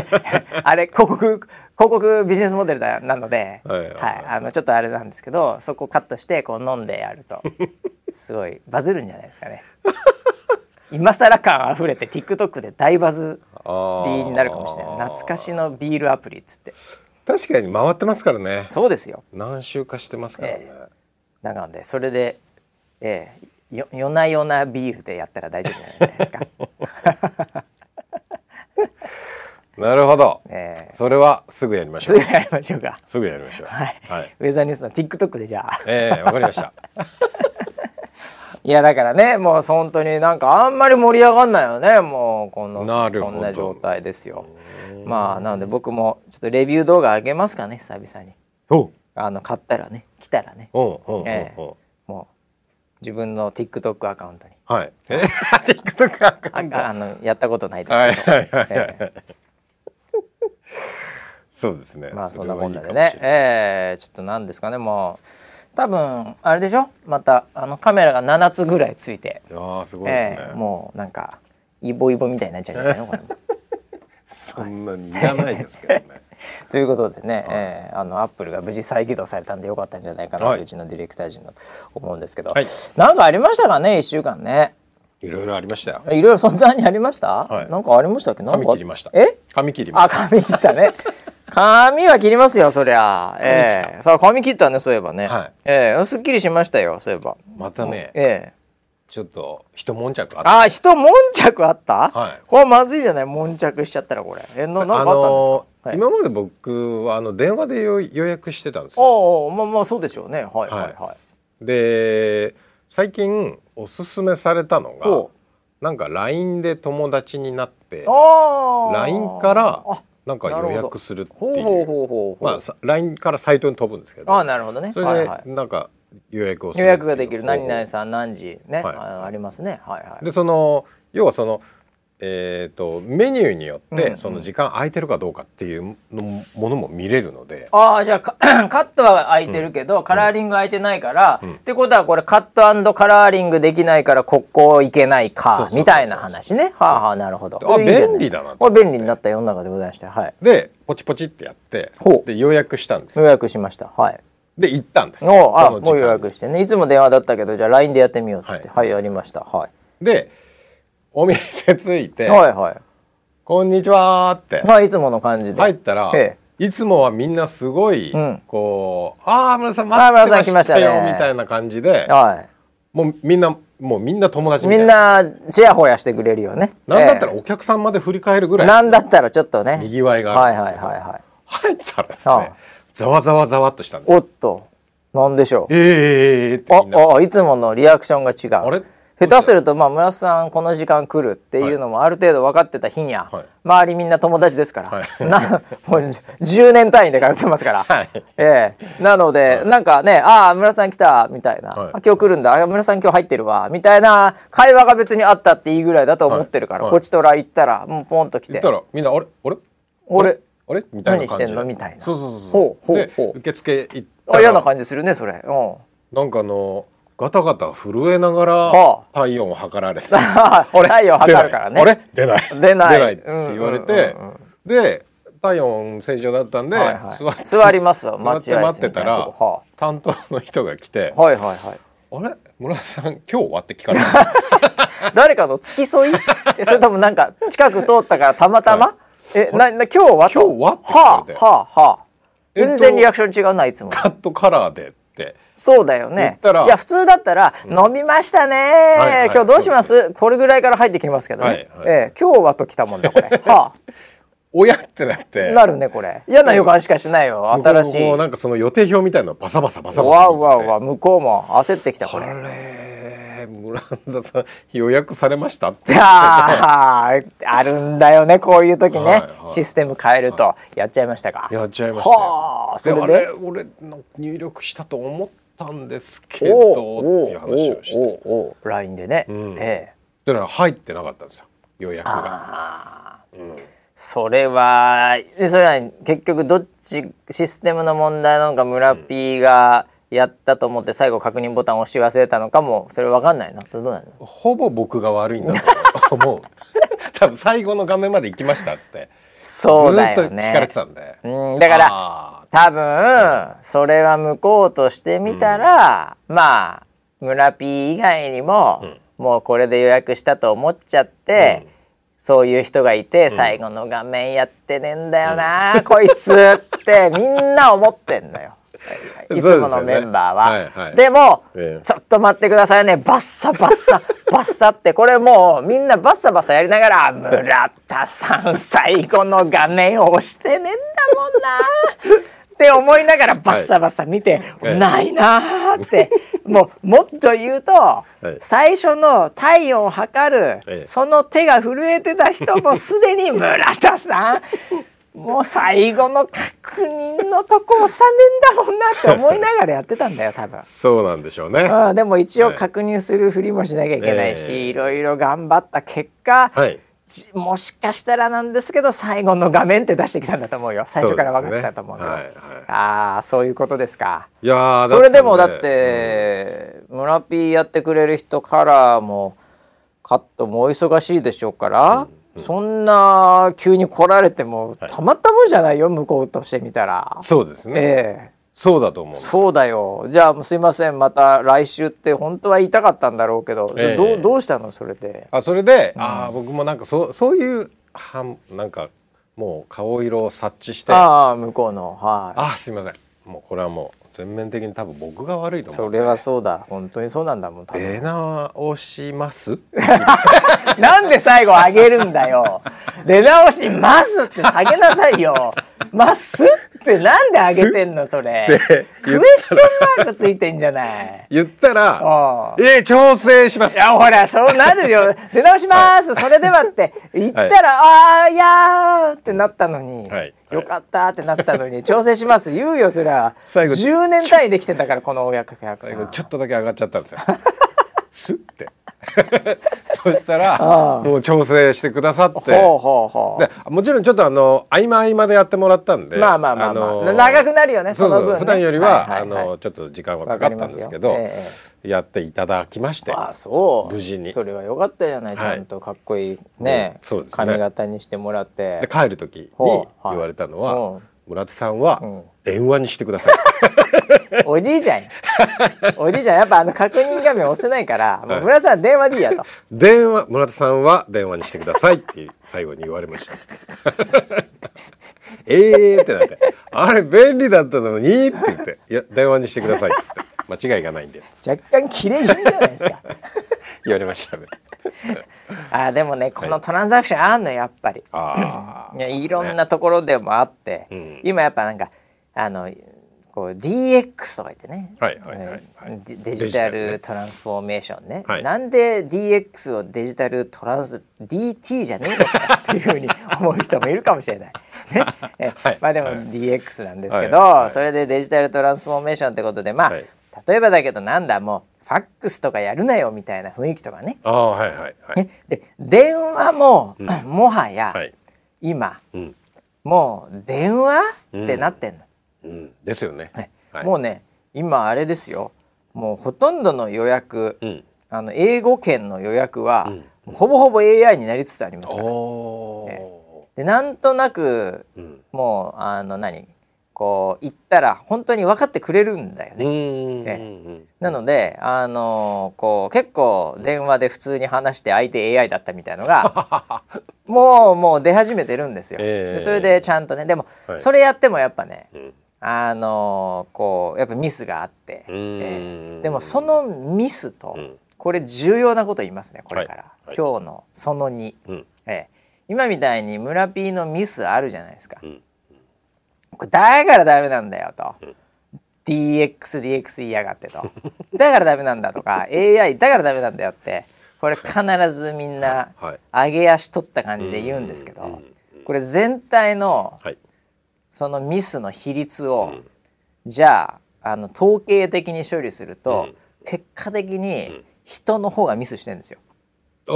A: あれ広告広告ビジネスモデルだなので、
B: はいはいはい
A: あのちょっとあれなんですけど、そこカットしてこう飲んでやると、すごいバズるんじゃないですかね。今更感あふれて TikTok で大バズりになるかもしれない。懐かしのビールアプリっつって、
B: 確かに回ってますからね。
A: そうですよ。
B: 何周かしてますからね。
A: なのでそれで、ええよ夜な夜なビールでやったら大丈夫じゃない
B: [LAUGHS]
A: ですか。
B: なるほど。
A: ええ
B: それはすぐやりまし
A: そ
B: ょう
A: れ。でやりましょうか。
B: すぐやりましょう。
A: はい、
B: はい。
A: ウェザーニュースの TikTok でじゃあ
B: ええわかり
A: [LAUGHS]
B: ました。
A: いやだからねもう本当になんかあんまり盛り上がんないよねもうこの
B: なるほ
A: こ
B: ど
A: んな状態ですよまあなので僕もちょっとレビュー動画上げますかね久々に
B: おう、
A: あの買ったらね来たらね
B: おう、おう、おう、
A: ええ
B: お
A: もう自分の TikTok アカウントに
B: う。はい。ええ、TikTok アカ
A: あ
B: ウント。
A: あのやったことないです
B: [LAUGHS] はい
A: けど
B: はいはいはい
A: え
B: そうですね。
A: まあそんなもんだで
B: それはいい
A: ね
B: かもしれない
A: ええちょっとなんですかねもう多分あれでしょまたあのカメラが7つぐらいついて
B: いやーすごいですね。
A: ええもうなんかイボイボみたいになっちゃうんじゃないのこれ
B: [LAUGHS]
A: も
B: そんなにいらないですけどね。
A: ということでね、ええあのアップルが無事再起動されたんでよかったんじゃないかなと、
B: はいう
A: ちのディレクター陣の思うんですけど、
B: はい
A: なんかありましたかね1週間ね
B: いろいろありましたよ。
A: いろいろそんなにありました、
B: はい
A: なんかありましたっけなん
B: 髪
A: か
B: 切りました。
A: え
B: 髪切りま
A: あ
B: した。
A: 髪切ったね [LAUGHS] 髪は切りますよそりゃええさあ髪切ったねそういえばね、
B: はい
A: ええすっきりしましたよそういえば
B: またね、
A: ええ
B: ちょっと一悶着あった。
A: あ人悶着あった、
B: はい
A: これまずいじゃない悶着しちゃったらこれえななんかあったんですか、
B: のー
A: はい
B: 今まで僕はあの電話で予予約してたんですよ。
A: おうおうまあまあそうでしょうねはいはいはい、
B: で最近おすすめされたのが
A: ほ
B: なんか LINE で友達になって
A: ああ
B: LINE からなんか
A: なるほ
B: 予
A: ど
B: 約するって
A: ほう
B: い
A: ほうほう
B: う
A: ほうほう、
B: まあさ LINE からサイトに飛ぶんですけ
A: ああ
B: ど
A: なるほどね
B: それ
A: はいは
B: でなんか予約を
A: い、
B: す
A: 予
B: る
A: 約ができる
B: っていう
A: 何々さん何時ね、
B: はい
A: あありますねはいはい
B: でその要はそのえー、とメニューによっ
A: うんう
B: て
A: ん
B: その時間空いてるかどうかっていうのものも見れるので、
A: ああじゃあカ [CLEARS THROAT] カットは空いてるけど、カラーリング空いてないから、ってことはこれカットカラーリングできないからここ行けない
B: そう
A: か
B: そうそうそう
A: みたいな話ねはあはあなるほど
B: あ
A: いいじゃい
B: 便利だなと
A: これ便利になった世の中でございましてはい
B: でポチポチってやって
A: ほう
B: で予約したんです
A: 予約しましたはい
B: で行ったんです
A: おあ
B: その時
A: もう予
B: 間に
A: 約してねいつも電話だったけどじゃあ LINE でやってみようっつっては、
B: はい
A: やりましたはい、
B: でお店着いて
A: はいはい
B: 「こんにちは」って
A: まあいつもの感じで。
B: 入ったら、
A: え
B: いつもはみんなすごい、
A: ん
B: こう「ああ村さん
A: あー村
B: 待
A: さん
B: って
A: 来
B: ま
A: まし
B: したた
A: ね
B: よ」みたいな感じで
A: えは
B: もうみんなもうみんな友達
A: い。
B: み
A: み
B: たい
A: ん
B: な
A: なチヤホヤしてくれるよね。
B: なんだったら
A: え
B: お客さんまで振り返るぐ
A: え
B: らい
A: なんだったらちょっとね。
B: にぎわいがあ
A: はい
B: るん
A: は
B: で
A: い
B: すけど、
A: はいはい。
B: 入ったらです
A: あ
B: ね
A: あ
B: ざわざわざわっとしたんですよ
A: おっと、なんでしょう。
B: えーってみんな
A: あ、あ、いつものリアクションが違う。
B: あれ
A: 下手するとまあ村瀬さんこの時間来るっていうのもある程度分かってた日にゃ、
B: はい
A: 周りみんな友達ですから、
B: はい
A: [LAUGHS] なもう10年単位で通ってますから、
B: [LAUGHS] はい
A: ええなので、なんかね「ああ村瀬さん来た」みたいな、
B: はい
A: あ「今日来るんだあ村瀬さん今日入ってるわ」みたいな会話が別にあったっていいぐらいだと思ってるから、
B: はい
A: こっちとら行ったらもうポンと来
B: 言
A: て
B: ったらみんな「あれあれ
A: 俺
B: あれ?」みたいな感じ
A: 何して
B: で
A: んのみたいな
B: そうそうそう
A: ほうほう
B: で
A: ほう
B: 受付行っ
A: あ
B: た
A: 嫌な
B: ら
A: 感じするねそれ。うん
B: なんかあのガタガタ震えながら
A: は
B: 体温を測られて
A: [LAUGHS] 俺体温測るからね
B: あれ出ない
A: 出ない
B: って言われて、
A: うんうん
B: で体温正常だったんで、
A: はいはい
B: 座って
A: 座りますわ
B: 座って
A: 待合
B: 待っ
A: 室
B: て
A: みた
B: た
A: いな
B: ら、
A: とこは
B: 担当の人が来て「
A: はいはいはい
B: あれ村田さん今日は?」って聞かれた
A: 誰かの付き添い [LAUGHS] えそれともなんか近く通ったからたまたま、
B: は
A: えなな今日はと
B: 今日はっ
A: は
B: て聞か
A: あ
B: れて
A: はあはあ
B: えっと
A: 全然リアクション違うないつ
B: [LAUGHS]
A: も
B: カットカラーでって
A: そうだよ
B: 言っ
A: ね
B: たら
A: いや普通だったら「飲みましたね、
B: いはい
A: 今日どうしますこれぐらいから入ってきますけどね、
B: はいはい
A: ええ今日は」ときたもんだこ
B: [LAUGHS]
A: れは
B: おやってなっ
A: あ
B: て
A: なるねこれ嫌な予感しかしないよ新しい
B: もうなんかその予定表みたいなのバサバサバサバサ
A: わうわうわ向こうも焦ってきたこ
B: あ
A: れ
B: れえ村田さん予約されましたって
A: あーあるんだよねこういう時ね、
B: はいはい
A: システム変えるとやっちゃいましたか
B: やっちゃいま
A: はあ
B: した
A: [LAUGHS] そ
B: よ
A: れ
B: であ
A: で
B: れ俺の入力したと思ったんですけ
A: お
B: どっていう話をして
A: おおおお LINE でね、
B: ん
A: ええ
B: だから入ってなかったんですよ予約が
A: あーそれはでそれは結局どっちシステムの問題なのか村 P がやったと思って最後確認ボタン押し忘れたのかもそれ分かんないなどうなの
B: ほぼ僕が悪いんだと思う [LAUGHS] 多分最後の画面まで行きましたって
A: そうだよ
B: ずーっと聞かれ
A: ね
B: て。たんで
A: うん、だから
B: あ
A: 多分それは向こうとしてみたら、まあ村 P 以外にも、もうこれで予約したと思っちゃって、そういう人がいて、最後の画面やってねえんだよな、 [LAUGHS] こいつってみんな思ってんだよ。
B: [LAUGHS] そう
A: い
B: で
A: つ
B: すよね
A: ものメンバーは。
B: はいはい
A: でも、
B: ええ
A: ちょっと待ってくださいねバッサバッ
B: [LAUGHS]
A: サバッサってこれもうみんなバッサバッサやりながら「村田さん最後の画面を押してねんだもんな」って思いながらバッサバッサ見て「
B: はい
A: ないな」って [LAUGHS] もうもっと言うと、
B: い
A: 最初の体温を測る、
B: ええ
A: その手が震えてた人もすで
B: [LAUGHS]
A: に村田さんもう最後の確認のとこ押さねえんだもんなって思いながらやってたんだよ
B: [LAUGHS]
A: 多分。
B: そうなんでしょうね
A: うん、でも一応
B: はい
A: 確認するふりもしなきゃいけないし、
B: ええ
A: いろいろ頑張った結果、
B: はい
A: じもしかしたらなんですけど最後の画面って出してきたんだと思うよ最初から分かってたと思うよ。
B: そうですねはいはい
A: ああそういうことですか。
B: いやー
A: それでもだっ
B: ね
A: て、村 P やってくれる人からもカットもお忙しいでしょうから、そんな急に来られてもたまったもんじゃないよ、向こうとしてみたら。
B: そうですね、
A: ええ
B: そうだと思うんです
A: そうだよじゃあすいませんまた来週って本当は言いたかったんだろうけど、
B: ええ
A: どうどうしたのそれで
B: あそれで、ああ僕もなんかそうそういうはなんかもう顔色を察知してあ
A: ああ向こうのは
B: あすいませんもうこれはもう全面的に多分僕が悪いと
A: い
B: 思
A: そうれはそうだ本当にそうなんだもん多分
B: 出直します [LAUGHS]
A: [LAUGHS] なんで最後上げるんだ
B: [LAUGHS]
A: よ出直しますって下げなさいよますってなんで上げてんのそれ
B: って
A: ク
B: 言
A: エ
B: っ
A: スチョンマークついてんじゃ
B: [LAUGHS]
A: ない
B: 言ったら
A: あ
B: 「えー、調整しま
A: い
B: す
A: やほらそうなるよ出直します、それではって言ったら、ああーいやーってなったのに、
B: はい
A: よかったってなったのに調整します言うよそりゃ
B: 最後
A: 10年単位できてんだからこの親役役さ
B: 最後
A: ん
B: ちょっとだけ上がっちゃった
A: [LAUGHS]
B: んですよ「す」って [LAUGHS] そしたらもう調整してくださって
A: ほうほうほう
B: でもちろんちょっとあの合間合間でやってもらったんで
A: まあまあまあまあ長くなるよね
B: そう
A: その
B: そう
A: 分ね
B: 普段より
A: は
B: は,、
A: いはいはい
B: あのちょっと時間はかかったんですけど
A: わかりますよ
B: やっていただきまして
A: ああそう
B: 無事に
A: それはよかったじゃないち
B: は
A: ゃ
B: い
A: んとかっこいいね,、
B: うんそうですね
A: 髪型にしてもらって
B: [LAUGHS] で帰る時に
A: ほうはい
B: 言われたのは、
A: うん
B: 村田さんは
A: ん
B: 電話にしてください、 [LAUGHS]
A: おじいちゃんやおじいちゃんやっぱあの確認画面押せないから、もう
B: はい
A: 村さん電話でいいやと
B: 電話村田さんは電話にしてくださいって最後に言われました
A: [LAUGHS]
B: えーってなってあれ便利だったのにって言っていや電話にしてくださいって間違いがないんで
A: 若干切れ気味じゃないですか
B: 言われまし
A: [LAUGHS]
B: たね
A: あーでもねこのトランザクションあんのやっぱり、
B: ああ
A: いやいろんなところでもあって、
B: ん
A: 今やっぱなんかあのこう DX とか言ってね、
B: はいはいはいはい
A: えーデデジタ
B: デジタル
A: ル
B: ね
A: トランスフォーメーションね、
B: はい
A: なんで DX をデジタルトランス DT じゃねえのかっていうふう
B: [LAUGHS]
A: に思う人もいるかもしれない。ねえ
B: はい
A: まあでも
B: はい
A: DX なんですけど、
B: はいはい
A: それでデジタルトランスフォーメーションってことでまあ、
B: はい
A: 例えばだけどなんだもうファックスとかやるなよみたいな雰囲気とかね
B: ああはいはいはい
A: ね、で電話も、もはや、
B: はい
A: 今
B: うん
A: もう電話、ってなってんの、
B: うんですよね、
A: ね
B: はい
A: もうね今あれですよもうほとんどの予約、
B: ん
A: あの英語圏の予約は、ほぼほぼ AI になりつつありますから
B: おー
A: でなんとなく、
B: ん
A: もうあの何こう行ったら本当に分かってくれるんだよね
B: う。ーん
A: ね
B: うん
A: なので、あのーこう結構電話で普通に話して相手 AI だったみたいのが
B: [LAUGHS]
A: もうもう出始めてるんですよ。
B: ええ
A: でそれでちゃんとねでも、
B: はい
A: それやってもやっぱね、
B: ん
A: あのーこうやっぱミスがあって、
B: うーん
A: ええでもそのミスと、
B: ん
A: これ重要なこと言いますねこれから、
B: はいはい
A: 今日のその2、
B: うん
A: ええ今みたいに村 P のミスあるじゃないですか。
B: ん
A: これだからダメなんだよと。 DXDX 言いやがってとだからダメなんだとか AI だからダメなんだよってこれ必ずみんな
B: は
A: 上
B: い
A: げ足取った感じで言うんですけど、
B: うんうん
A: これ全体の
B: はい
A: そのミスの比率を、じゃああの統計的に処理すると、結果的に人の方がミスしてるんですよ。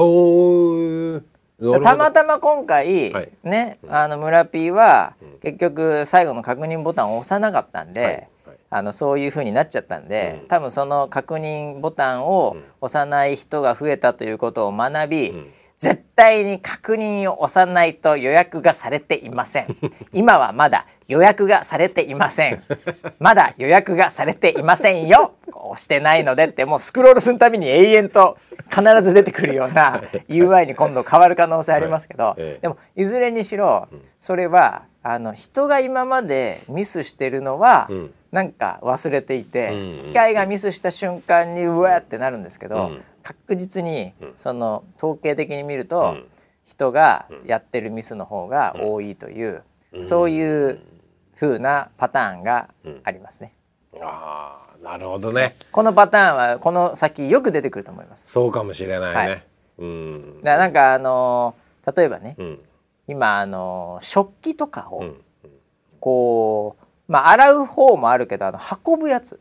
B: おお
A: たまたま今回、
B: はい
A: ね、あの村 P は結局最後の確認ボタンを押さなかったんで、
B: はいはい
A: あのそういう風になっちゃったんで、多分その確認ボタンを押さない人が増えたということを学び、
B: ん
A: 絶対に確認を押さないと予約がされていません [LAUGHS] 今はまだ予約がされていませ
B: [LAUGHS]
A: んまだ予約がされていませんよ押してないのでってもうスクロールするたびに永遠と必ず出てくるような UI に今度変わる可能性ありますけど、
B: ええ
A: でもいずれにしろそれはあの人が今までミスしてるのは、
B: ん
A: なんか忘れていて、
B: うんうん
A: 機械がミスした瞬間にうわーってなるんですけど、
B: うん
A: 確実にその統計的に見ると、
B: うん
A: 人がやってるミスの方が多いという、そういう風なパターンがありますね。
B: ああなるほどね
A: このパターンはこの先よく出てくると思います。
B: そうかもしれないね、
A: はい
B: うん
A: だからなんかあのー例えばね、
B: うん
A: 今あのー食器とかを、
B: うん
A: こうまあ洗う方もあるけどあの運ぶやつ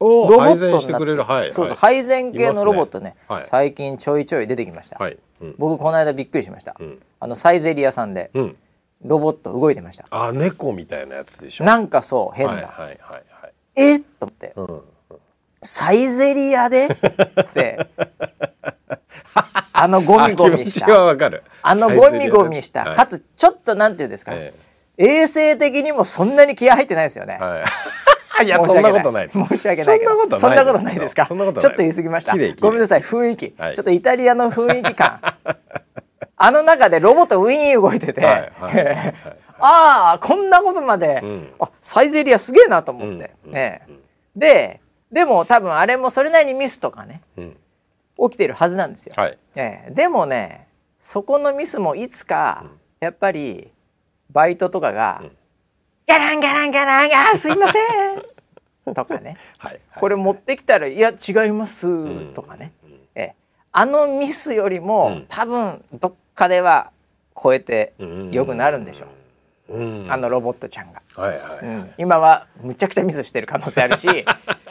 B: お
A: ロ
B: お
A: ボットにな
B: 配
A: って
B: 膳してくれるはい
A: そうそう
B: はい
A: 配膳系のロボットね
B: いますねはい
A: 最近ちょいちょい出てきました、
B: はいうん
A: 僕この間びっくりしました、
B: ん
A: あのサイゼリアさんで
B: うん
A: ロボット動いてました、
B: あ猫みたいなやつでしょ
A: なんかそう変な、
B: はいはいはいはい
A: えっと思って、
B: ん
A: サイゼリアで
B: [LAUGHS]
A: ってあのゴミゴミし
B: あ気持ちは
A: た
B: わかる
A: あのゴミゴミした、
B: はい
A: かつちょっとなんていうんですか、
B: え
A: 衛生的にもそんなに気合入ってないですよね、
B: はい
A: [LAUGHS]
B: いや
A: 申
B: そ
A: し
B: ん
A: 訳
B: なことない
A: 申し訳ないけど
B: そんなこと
A: そんなことな
B: ないい
A: ですか
B: そんなことない
A: ちょっと言い過ぎました
B: 綺麗綺麗
A: ごめんなさい雰囲気、
B: はい
A: ちょっとイタリアの雰囲気
B: [LAUGHS]
A: 感あの中でロボットウィーン動いてて、
B: はいはいはい
A: [LAUGHS]
B: はい
A: ああこんなことまで、
B: ん
A: あサイゼリアすげえなと思って、
B: うんうん
A: ねででも多分あれもそれなりにミスとかね
B: うん
A: 起きてるはずなんですよ、
B: はい
A: ええでもねそこのミスもいつか、やっぱりバイトとかが「ガランガランガランあーすいませ [LAUGHS] ん」とかね
B: はい
A: 「これ持ってきたらいや違います」とかね、ええあのミスよりも、多分どっかでは超えて良くなるんでしょう、
B: うん
A: あのロボットちゃんが。
B: はいはい
A: うん今はむちゃくちゃミスしてる可能性あるし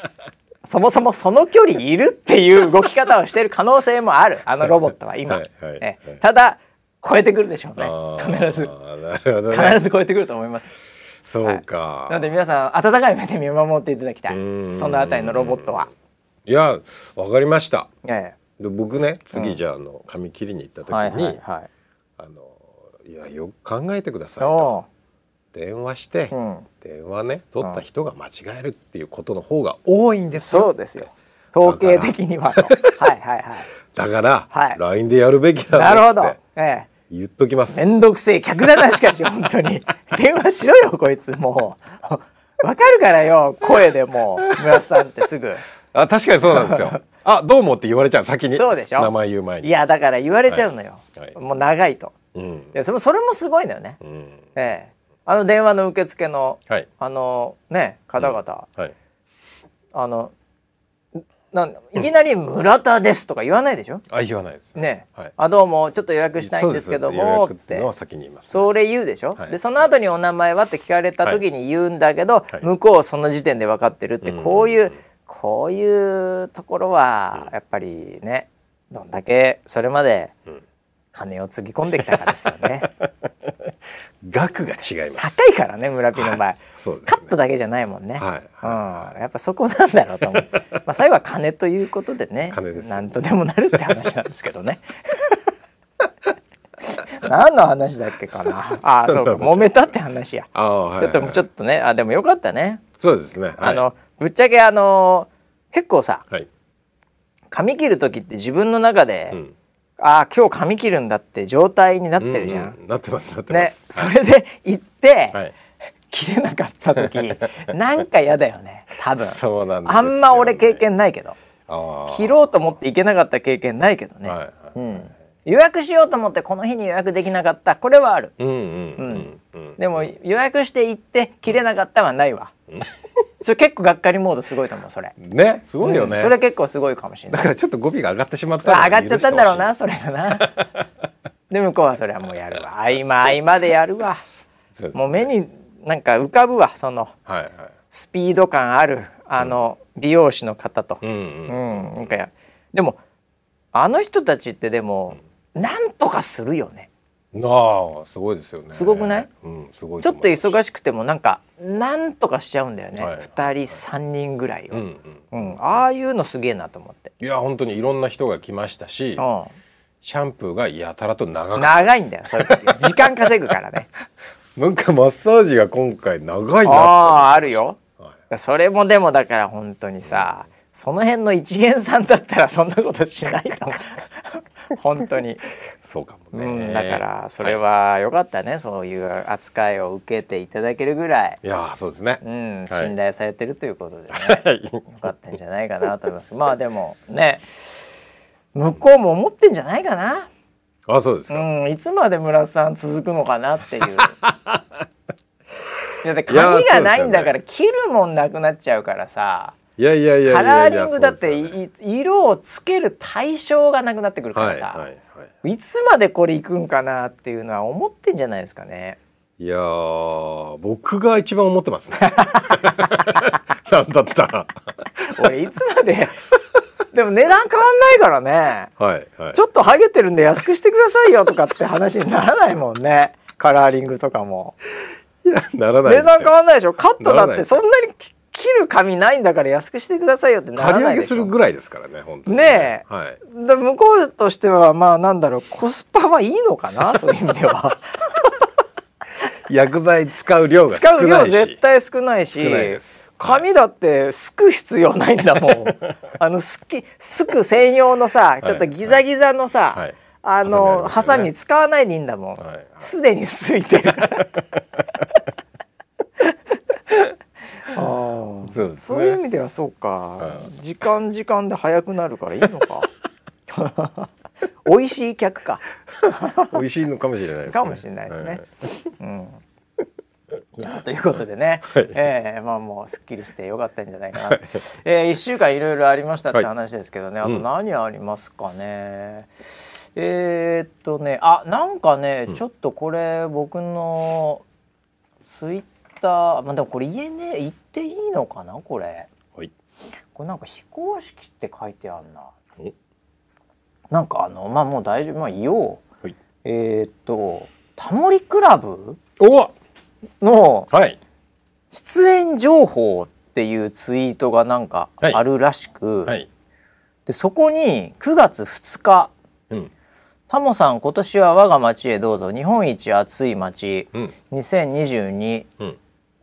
A: [LAUGHS] そもそもその距離いるっていう動き方をしてる可能性もあるあのロボットは今、
B: はいはい
A: ね
B: はい
A: ただ超えてくるでしょうね
B: あー
A: 必ず
B: なるほどね
A: 必ず超えてくると思います
B: そうか
A: なので皆さん温かい目で見守っていただきたい
B: うん
A: そのあたりのロボットはい
B: やわかりました
A: え
B: で僕ね次じゃああの髪切りに行った
A: えはい
B: 時
A: はい
B: に
A: はい
B: あのいやよく考えてくださいと
A: お
B: 電話して
A: うん
B: 電話ね取った人が間違えるっていうことの方が多いんで
A: う
B: すよ
A: そうですよ統計的にはとはいはいは
B: だから、
A: はい
B: LINE でやるべき
A: いなる
B: だ [LAUGHS]
A: ほ
B: なっ
A: ど
B: て
A: ええ
B: 言っときます
A: めんどくせえ客だなしかし本当
B: [LAUGHS]
A: に電話しろよこいつもうわかるからよ声でもう村瀬さんってすぐ
B: あ確かにそうなんですよあどうもって言われちゃう先に
A: そうでしょ
B: 名前言う前
A: い
B: に
A: やだから言われちゃうのよ、
B: はいはい
A: もう長いと
B: うん
A: いやそれもそれもすごいのよね、
B: うん
A: ええあの電話の受付の、
B: はい
A: あのね方々、
B: はい
A: あのなんいきなり「村田です」とか言わないでしょ、
B: あ言わないです
A: ね、
B: はい
A: あどうもちょっと予約したいんですけども
B: そう
A: っ
B: ですそうです予約っていう
A: て
B: のは先に言いますね、
A: それ言うでしょ、
B: はい
A: でその後に「お名前は?」って聞かれた時に言うんだけど、
B: はい
A: 向こうその時点で分かってるって
B: うん
A: こういう、こういうところはやっぱりねどんだけそれまで
B: ん
A: 金をつぎ込んできたかですよ
B: [LAUGHS]
A: ね
B: 額が違います
A: 高いからね村ピの場合、
B: そうです
A: カ
B: ね
A: ットだけじゃないもんね、
B: はい
A: うん、やっぱそこなんだろうと思
B: [LAUGHS]
A: うまあ最後は金ということでね
B: 金です
A: なんとでもなるって話なんですけどね [LAUGHS] 何の話だっけかな
B: [LAUGHS]
A: ああそうか揉めたって話や
B: ああ、はい
A: ちょっと
B: はい
A: ちょっとねあでもよかったね、
B: そうですね、はい、
A: あのぶっちゃけあの結構さ
B: はい
A: 髪切る時って自分の中で、
B: うん
A: ああ今日髪切るんだって状態になってるじゃん、
B: ううなってますなってま
A: ね
B: す、
A: それで行って、
B: はい
A: 切れなかった時なんか嫌だよね多分
B: そうなんです
A: あ
B: よ
A: んま俺経験ないけど
B: ああ
A: 切ろうと思って行けなかった経験ないけどね、
B: はいはい
A: うん、予約しようと思ってこの日に予約できなかったこれはある
B: うんうんうんうん
A: でも予約して行って切れなかったはないわ、それ結構がっかりモードすごいと思うそれ
B: ねすごいよね、
A: うんそれ結構すごいかもしれ
B: だ [LAUGHS]
A: ない
B: からちょっと語尾が上がってしまったの
A: 上
B: で
A: がっちゃったんだろうなそれがなで向こうはそれはもうやるわ合間合間でやるわ
B: 許してほしいそう
A: もう目になんか浮かぶわその
B: はいはい
A: スピード感あるあの美容師の方と、
B: うん
A: う
B: うん
A: んなんかやでもあの人たちってでもなんとかするよね
B: なあすごいですよね
A: すごくない
B: うんすごい
A: ちょっと
B: い
A: 忙しくてもなんかなんとかしちゃうんだよね、
B: はい
A: 2人3人ぐらいを、
B: う
A: うん
B: うんん
A: ああいうのすげえなと思って、
B: いや本当にいろんな人が来ましたし
A: う
B: シャンプーがやたらと長
A: ん、
B: かっ
A: 長いんだよそういう時時間稼ぐ
B: [LAUGHS]
A: からね
B: たなんかマッサージが今回長い
A: あ
B: な
A: ああるよ
B: は
A: それもでもだから本当にさ、その辺の一元さんだったらそんなことしないと思う本当に、
B: そうか
A: う
B: もね、
A: ん、だからそれは良かったね、そういう扱いを受けていただけるぐらい、
B: いやーそうですね、
A: うん、
B: はい
A: 信頼されてるということで
B: [LAUGHS]
A: ね、
B: はい
A: 良かったんじゃないかなと思い
B: [LAUGHS]
A: ますまあでもね向こうも思ってんじゃないかな、
B: [LAUGHS] あそうですか、
A: うん、いつまで村瀬さん続くのかなっていう
B: [LAUGHS]
A: いやだって髪が
B: いやそうですよね
A: ないんだから切るもんなくなっちゃうからさ
B: いやいやいやいや
A: カ
B: いや
A: ラーリングだっ
B: そ
A: て
B: うで
A: い、
B: すよね
A: 色をつける対象がなくなってくるか
B: は
A: ら
B: い
A: さ、
B: はいはい
A: いつまでこれいくんかなっていうのは思ってんじゃないですかね。
B: いやー僕が一番思ってますね [LAUGHS] なんだったら
A: 俺いつまで [LAUGHS] でも値段変わんないからね
B: はいはい
A: ちょっとハゲてるんで安くしてくださいよとかって話にならないもんねカラーリングとかも。
B: いやなら
A: 値
B: ないです
A: 段変
B: よ
A: わんないでしょカットだ
B: なら
A: っ
B: ない
A: て
B: です
A: そん
B: よ
A: なにき切る髪ないんだから安くしてくださいよってな
B: 刈
A: ら
B: り
A: な
B: 上
A: いで
B: げ
A: し
B: す
A: ょ
B: るぐらいですからね本当に
A: ねえ
B: はい
A: で向こうとしてはまあなんだろうコスパはいいのかなそういう意味では。
B: 薬剤使う量が
A: 使
B: 少
A: う
B: な
A: 量
B: いし
A: 絶対少ないし
B: 少ないです
A: 紙だってすく必要ないんだもん [LAUGHS] あのすきすく専用のさ
B: い
A: ちょっとギザギザのさ、
B: はい
A: あのハ
B: ハ
A: サ
B: サ
A: ミ,、
B: ミありますよね
A: 使わないでいいんだもん
B: はいはい
A: すで、にすいて
B: [LAUGHS]
A: るからあー
B: そうですね
A: そういう意味ではそうか、時間時間で早くなるからいいの
B: [LAUGHS]
A: か美味しい客か
B: 美味しいのかもしれないですね
A: かもしれないです
B: は
A: ね。うん、いやということでね、えーまあもうすっきりしてよかったんじゃないかなと、えー、1週間いろいろありましたって
B: はい
A: 話ですけどね、あ
B: う
A: と
B: ん
A: 何ありますかね、えーっとねあなんかね、ちょっとこれ僕のツイッターまあでもこれ言えねえ言っていいのかなこれ
B: はい
A: これなんか非公式って書いてあんな
B: お
A: なんかあのまあもう大丈夫まあ言おう
B: はい
A: えーっとタモリクラブ
B: お
A: の
B: はい
A: 出演情報っていうツイートがなんか
B: はい
A: あるらしく、
B: はい
A: でそこに9月2日
B: うん
A: 「タモさん今年は我が町へどうぞ日本一暑い町
B: うん
A: 2022
B: うん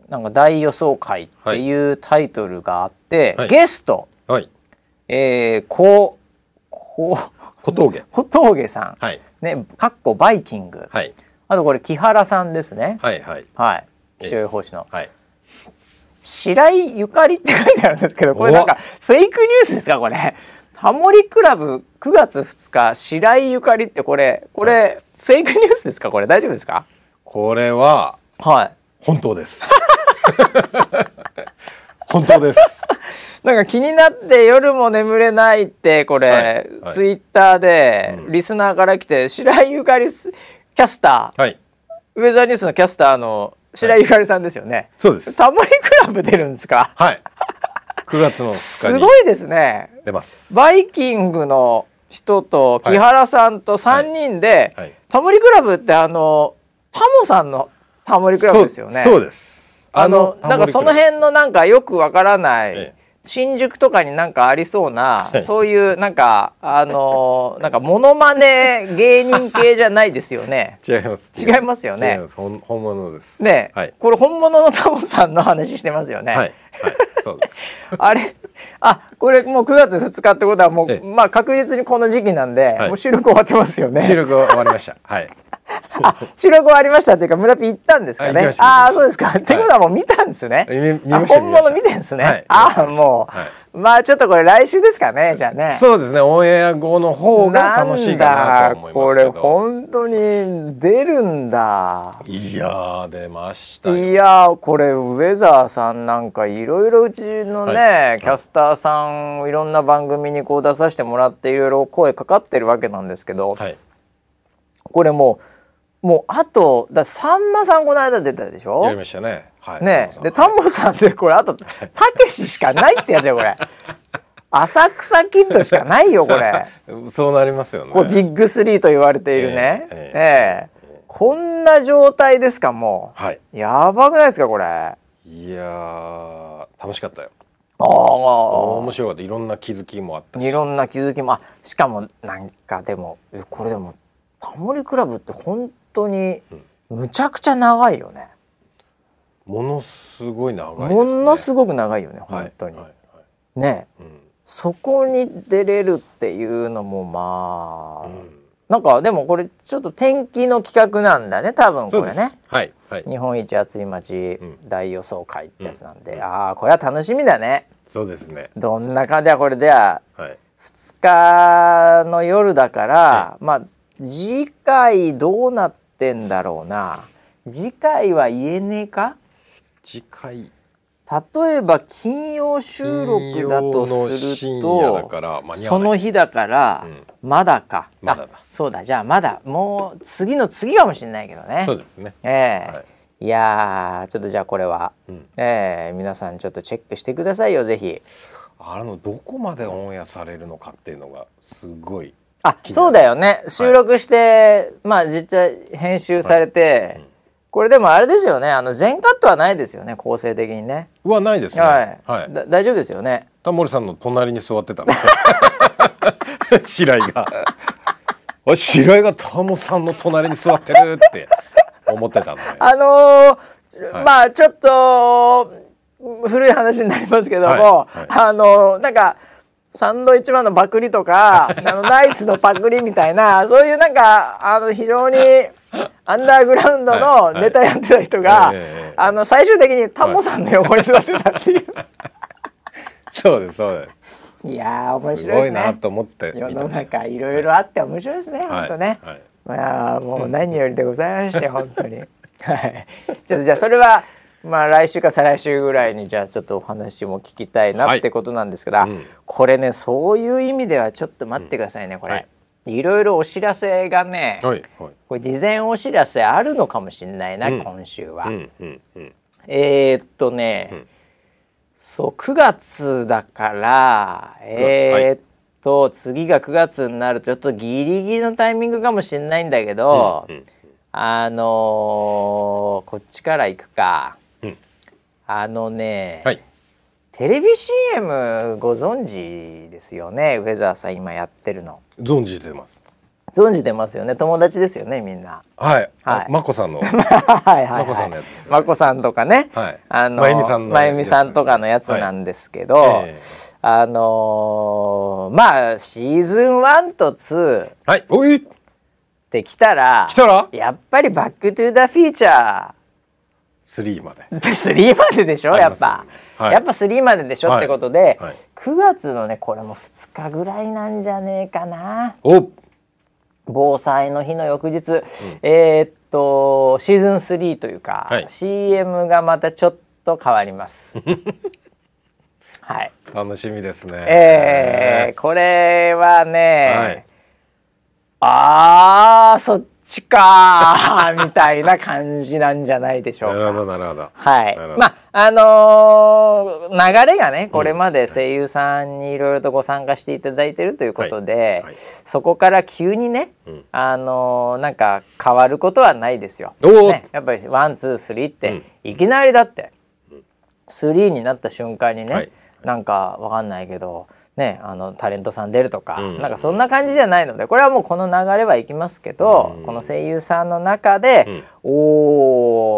A: なんか大予想会」っていうタイトルがあって、
B: はい
A: ゲスト、
B: はい
A: えー、こうこう
B: 小峠
A: 小峠さん、
B: はい
A: ねかっこバイキング、
B: はい
A: あとこれ木原さんですね
B: はいはい
A: はい気象予報士の。
B: はい
A: 白井ゆかりって書いてあるんですけどこれなんかフェイクニュースですかこれタモリクラブ9月2日白井ゆかりってこれこれ、フェイクニュースですかこれ大丈夫ですか
B: これは
A: はい
B: 本当です [LAUGHS] 本当です
A: なんか気になって夜も眠れないってこれ、
B: はいはい
A: ツイッターでリスナーから来て、白井ゆかりすキャスター、
B: はい
A: ウェザーニュースのキャスターの白井ゆかりさんですよね、
B: そうです
A: タモリクラブ出るんですか
B: はい9月の2
A: す
B: 日に
A: ごいですね
B: 出ます
A: バイキングの人と木原さんと3人で、
B: はいはい
A: タモリクラブってあのタモさんのタモリクラブですよね。
B: そうそうです
A: あのなんかその辺のなんかよくわからない、
B: ええ
A: 新宿とかになんかありそうな、
B: はい。
A: そういうなんかあのなんかモノマネ芸人系じゃないですよね
B: [LAUGHS] 違います
A: 違いますよね
B: 違います本本物です
A: ねえ、
B: はい
A: これ本物のタモさんの話してますよね。
B: はい、はい、そ
A: [LAUGHS]
B: うです。
A: あれあこれもう9月2日ってことはもう、
B: ええ
A: まあ確実にこの時期なんで、
B: はい
A: もう収録終わってますよね。
B: 収録終わりました。はい。
A: あ、収録終わりましたというか、村ピ行ったんですか
B: あ行き
A: ね
B: まし。た
A: ああ、
B: 行きました
A: そうですか。ってことはもう見たんですね。
B: 見見
A: あ
B: ました
A: 本物見
B: 見ました
A: てんですね。
B: はい
A: あ
B: 見ました
A: あ、も、
B: はいう
A: まあ、ちょっとこれ来週ですかね。じゃあね。
B: そうですねオンエア後の方が
A: なんだ
B: 楽しいかなと思いますけど
A: これ本当に出るんだ。
B: いやー出ましたよ
A: いやーこれウェザーさんなんかいろいろうちのね、
B: はい
A: キャスターさんいろんな番組にこう出させてもらっていろいろ声かかってるわけなんですけど、
B: はい
A: これもうもうあとださんまさんこの間出たでしょ
B: やりましたねはい
A: ね
B: タモさ
A: でタモさ
B: ん
A: んってこれあとたけししかないってやつよ
B: [LAUGHS]
A: これ浅草キッドしかないよこ
B: [LAUGHS]
A: れ。
B: そうなりますよね
A: これビッグスリーと言われているね、
B: え
A: ええこんな状態ですかも
B: はいう
A: やばくないですかこれあ
B: いやー楽しかったよ
A: あ
B: 面白かったいろんな気づきもあったし
A: いろんな気づきもあしかもなんかでもえこれでも「タモリクラブ」って本当にむちゃくちゃ長いよね
B: ものすごい長いです、ね、
A: ものす
B: ご
A: ごく長いよね本当に、
B: はいはいはい
A: ねえ
B: うん
A: そこに出れるっていうのもまあ、
B: うん
A: なんかでもこれちょっと天気の企画なんだね多分
B: そう
A: こ
B: で
A: れ
B: す、
A: ね
B: はいはい
A: 日本一暑い街
B: ん
A: 大予想会ってやつなんで、
B: うん
A: ああこれは楽しみだね
B: そうですね
A: どんな感じだこれでは
B: はい
A: 2日の夜だから、まあ次回どうなってんだろうな次回は言えねえか
B: 次回
A: 例えば金曜収録だとする
B: 金曜の深夜だ
A: と
B: から間に合
A: そ
B: わな
A: の
B: い
A: 日だから、まだか
B: まだだ
A: あそうだじゃあまだもう次の次かもしれないけどね
B: そうですね
A: ええ
B: はい
A: い、やーちょっとじゃあこれは、
B: うん
A: ええ皆さんちょっとチェックしてくださいよぜひ
B: あのどこまでオンエアされるのかっていうのがすごい
A: あ
B: 気になります
A: そうだよね
B: はい
A: 収録して、まあ実際編集されて、
B: うん
A: これでもあれですよねあの全カットはないですよね構成的にね
B: はないですね
A: はい、
B: はい
A: だ大丈夫ですよね
B: タモリさんの隣に座って [LAUGHS] たの白井が「おい白井がタモさんの隣に座ってる」って思ってたのね
A: あのー
B: はい
A: まあちょっと古い話になりますけども、
B: はいはい
A: あのーなんかサンドイッチマンのパクリと
B: [LAUGHS]
A: かあのナイツのパクリみたいなそういうなんかあの非常にアンダーグラウンドの
B: はいはい
A: ネタやってた人が、
B: ええええ
A: あの最終的にタモさんの横に座ってたっていう、
B: そうですそうで
A: い、やー面白い
B: す
A: ですすね
B: ごいなと思って
A: 世
B: 見て
A: の
B: ました
A: 中いろいろあって面白いですね、
B: はい
A: 本当ね、
B: はい
A: まあもう何よりでございまして本当
B: [LAUGHS]
A: にはいちょっとじゃあそれはまあ来週か再来週ぐらいにじゃあちょっとお話も聞きたいな
B: はい
A: ってことなんですが、
B: うん
A: これねそういう意味ではちょっと待ってくださいね、これ、、
B: はい
A: ろいろお知らせがね、
B: はいはい
A: これ事前お知らせあるのかもしれないな、
B: うん
A: 今週は、
B: うんうんうん
A: えー、っとね、
B: ん
A: そう9月だからえーっと、次が9月になるとちょっとギリギリのタイミングかもしれないんだけど、
B: うんうん
A: あのーこっちから行くか、
B: うん
A: あのね、
B: はい
A: テレビ CM ご存知ですよねウェザーさん今やってるの
B: 存じてます
A: 存じてますよね友達ですよねみんな
B: はい
A: はい
B: あまこ
A: [LAUGHS]
B: さんの
A: はいはい、はい、
B: まこさんのやつですよね
A: まこさんとかね、
B: はい
A: あの
B: まゆみさんの
A: まゆみさんとかのやつ
B: はい
A: なんですけど、
B: ええ
A: あのーまあシーズン1と2っ
B: はいおい
A: てきたら
B: 来たら
A: やっぱり「バック・トゥ・ザ・フィーチャー」
B: 3まで
A: で3まででしょ
B: あり
A: や
B: ま
A: っ
B: すよ
A: ぱ
B: ね、はい
A: やっぱ3まででしょ、
B: はい
A: ってことで、
B: はい
A: 9月のねこれも2日ぐらいなんじゃねえかな
B: お
A: 防災の日の翌日、えーっとシーズン3というか、
B: はい
A: CM がまたちょっと変わり
B: [LAUGHS]
A: ます。はい
B: 楽しみですね
A: えー、これはね、
B: はい
A: あーそっちかーみたいな感じなんじゃないでしょ
B: な
A: う
B: る
A: か。
B: ほどなるほど
A: はい
B: なるほ、ど
A: まああのー流れがねこれまで声優さんにいろいろとご参加していただいてるということで、
B: いはい
A: そこから急にね、
B: うん
A: あのーなんか変わることはないですよ。
B: おー
A: ね、やっぱりワンツースリーって、
B: う
A: いきなりだってスリーになった瞬間にね、
B: はい
A: なんかわかんないけど。ね、あのタレントさん出るとか、
B: うん
A: なんかそんな感じじゃないのでこれはもうこの流れはいきますけど、
B: うん
A: この声優さんの中で、
B: う
A: お
B: ん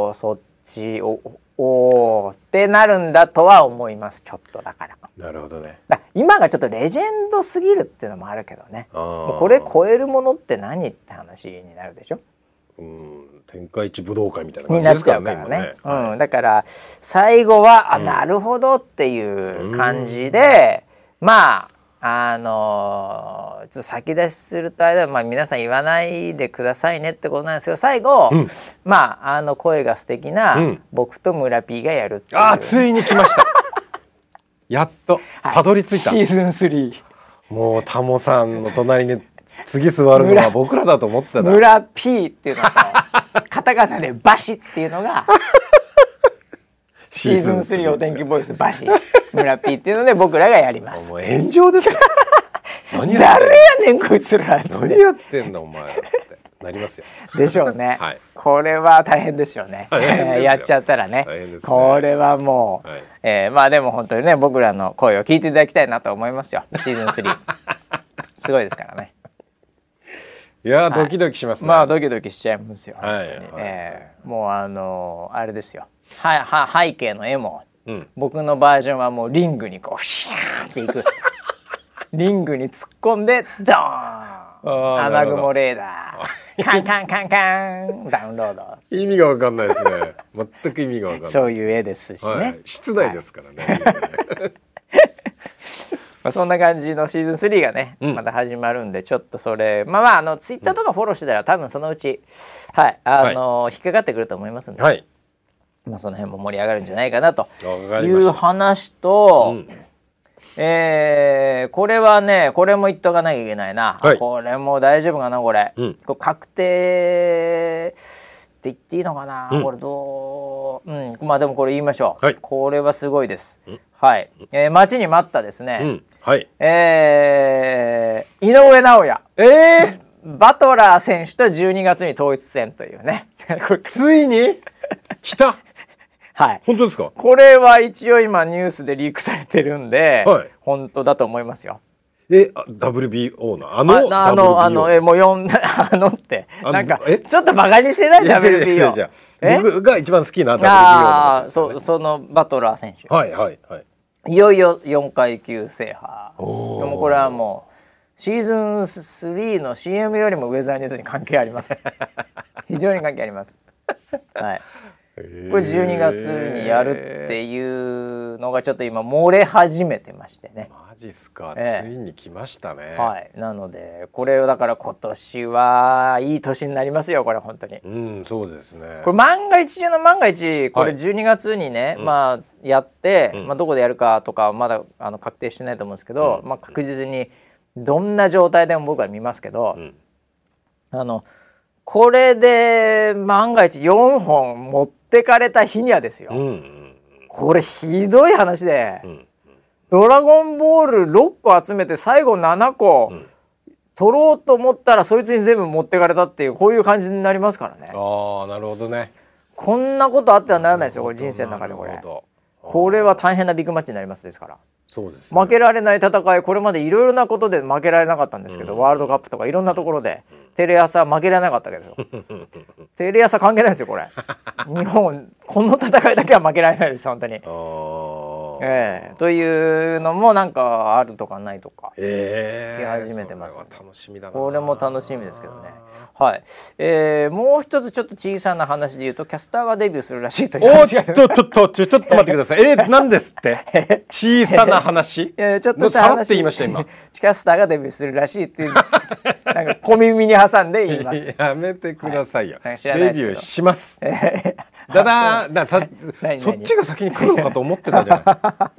A: おそっちおおーってなるんだとは思いますちょっとだから
B: なるほどね
A: だ今がちょっとレジェンドすぎるっていうのもあるけどね
B: あー
A: もうこれ超えるものって何って話になるでしょ
B: うん天下一武道会みたいな
A: に
B: 感じ
A: な
B: で
A: っち
B: すか
A: ゃ
B: ら
A: う
B: ね
A: からね。
B: 今ね
A: うん、だから最後は、あなるほどっていう感じで、まああのーちょっと先出しするとあれだまあ皆さん言わないでくださいねってことなんですけど最後、
B: ん
A: まああの声が素敵な、
B: うん
A: 僕と村 P がやるっていう
B: あーついに来ました [LAUGHS] やっとたどり着いた、
A: シーズン3
B: もうタモさんの隣に次座るの
A: [LAUGHS]
B: は僕らだと思ってたら
A: 村 P っていうのとカタカナでバシっていうのがシーズン3お天気ボイスバシ村 P っていうので僕らがやります
B: もう炎上ですよ何やってん
A: [LAUGHS] 誰やねんこいつら
B: だ何やってんだお前ってなりますよ
A: でしょうね、
B: はい
A: これは大変ですよね
B: [LAUGHS] 大変ですよ
A: やっちゃったらね
B: 大変ですね
A: これはもう、
B: はい
A: えーまあでも本当にね僕らの声を聞いていただきたいなと思いますよシーズン3
B: [LAUGHS]
A: すごいですからね
B: いやードキドキしますね、
A: まあドキドキしちゃいますよ、
B: は
A: 本
B: い
A: 当に
B: はい
A: えーもうあのーあれですよはは背景の絵も、
B: うん
A: 僕のバージョンはもうリングにこうシャーンってい
B: [LAUGHS]
A: くリングに突っ込んでドーン
B: ーな
A: 雨
B: るほど
A: 雲レーダ
B: [LAUGHS]
A: ーカンカンカンカンダウンロード
B: 意味がわかんないですね全く意味がわかんない
A: そういう絵ですしね、
B: はい、室内ですからね、
A: まあ、そんな感じのシーズン3がね、また始まるんでちょっとそれまあまああのツイッターとかフォローしてたら多分そのうち、はいあの引っかかってくると思いますんで、
B: はい
A: まあ、その辺も盛り上がるんじゃないかなと
B: かりました
A: いう話と、えーこれはねこれも言っとかなきゃいけないな、
B: はい
A: これもう大丈夫かなこれ,、
B: うん
A: これ確定って言っていいのかな、これどう、うん、まあでもこれ言いましょう、
B: はい
A: これはすごいです、はい、えー待ちに待ったですね、
B: うん、はい
A: えー井上尚弥
B: ええ
A: バトラー選手と12月に統一戦というね [LAUGHS] これ
B: ついに来た
A: はい
B: 本当ですか
A: これは一応今ニュースでリークされてるんで、
B: はい
A: 本当だと思いますよ。
B: えあ WBO のあの
A: ああ
B: WBO
A: の、あの、え、もう呼ん [LAUGHS] あのって、
B: あの
A: なんか、
B: え
A: ちょっとバカにしてない
B: いや違う
A: WBO
B: 違う違う。
A: え
B: 僕が一番好きな WBO の
A: ああ、
B: こと
A: そそのバトラー選手。
B: はいはいはい
A: いよいよ4階級制覇。で
B: おー
A: もこれはもう、シーズン3の CM よりもウェザーニュースに関係あり
B: [LAUGHS]
A: ます。非常に関係あります。はい。これ12月にやるっていうのがちょっと今漏れ始めてましてね。
B: マジっすか、
A: ええ
B: ついに来ましたね、
A: はい、なのでこれをだから今年はいい年になりますよこれ本当に。
B: うんそうですね
A: これ万が一中の万が一これ
B: はい
A: 12月にね、まあやって、まあ、どこでやるかとかまだあの確定してないと思うんですけど、まあ、確実にどんな状態でも僕は見ますけど、
B: ん
A: あのこれで万が一4本持ってかれた日にはですよ、
B: うんうん
A: これひどい話で、
B: ん
A: ドラゴンボール6個集めて最後7個、取ろうと思ったらそいつに全部持ってかれたっていうこういう感じになりますからね
B: ああなるほどね
A: こんなことあってはならないですよこれ人生の中でこ
B: な
A: れ
B: るほど
A: これは大変なビッグマッチになりますですから
B: そうですね
A: 負けられない戦いこれまでいろいろなことで負けられなかったんですけど、ワールドカップとかいろんなところでテレ朝負けられなかったけど
B: [LAUGHS]
A: テレ朝関係ないですよこれ日本この戦いだけは負けられないです本当に
B: あ。ー
A: ええというのもなんかあるとかないとか
B: ええ
A: 来始めてますね
B: それは楽しみだな
A: これも楽しみですけどね。はい、えー、もう一つちょっと小さな話で言うとキャスターがデビューするらしいという
B: おー
A: 話
B: ち
A: が
B: ょっとちょっとちょちょっと待ってくださいえー、何ですって
A: [LAUGHS]
B: 小さな話
A: えーちょっ
B: も
A: と
B: う
A: した
B: さら
A: 話
B: って言いまし
A: [LAUGHS]
B: た今
A: キャスターがデビューするらしいっていうなんか小耳に挟んで言い
B: [LAUGHS]
A: ます
B: やめてくださいよ、
A: はい知らないで
B: デ
A: すけ
B: ビ
A: ど
B: ューします
A: [LAUGHS]
B: だだーださ
A: 何
B: そっちが先に来るのかと思ってたじゃ
A: [LAUGHS]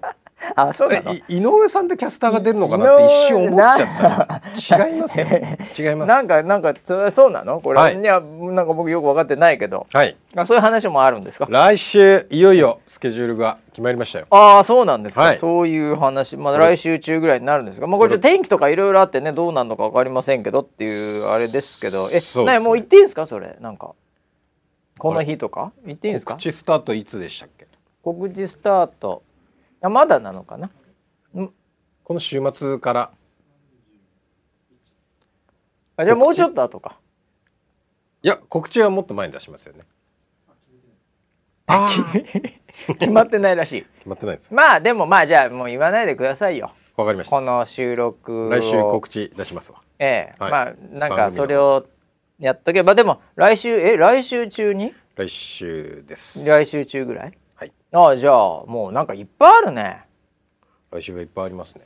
A: あそうな
B: な
A: の
B: いい井上さんでキャスターが出るのかなって一瞬思っちゃ
A: [LAUGHS]
B: った違いますよ違います
A: なんかなんかそそうなのこれ、、
B: はいい
A: やなんか僕よく分かってないけど
B: はい
A: あそういう話もあるんですか
B: 来週いよいよスケジュールが決まりましたよ
A: ああそうなんですか、
B: はい
A: そういう話、まあ、来週中ぐらいになるんですが、まあ、これちょっと天気とかいろいろあってねどうなるのか分かりませんけどっていうあれですけどえ
B: そうですね
A: なにもう言っていいんですかそれなんかこの日とか言っていいんですか
B: 告知スタートいつでしたっけ
A: 告知スタートあまだなのかな
B: この週末から
A: あじゃあもうちょっと後か
B: いや告知はもっと前に出しますよねあー決
A: 決まってないらしい
B: まってないです
A: まあでもまあじゃあもう言わないでくださいよ
B: わかりました
A: この収録を
B: 来週告知出しますわ
A: ええ
B: はい
A: まあなんかそれをやっとけばでも来週え来週中に
B: 来週です
A: 来週中ぐらい
B: はい
A: ああじゃあもうなんかいっぱいあるね
B: 来週はいっぱいありますね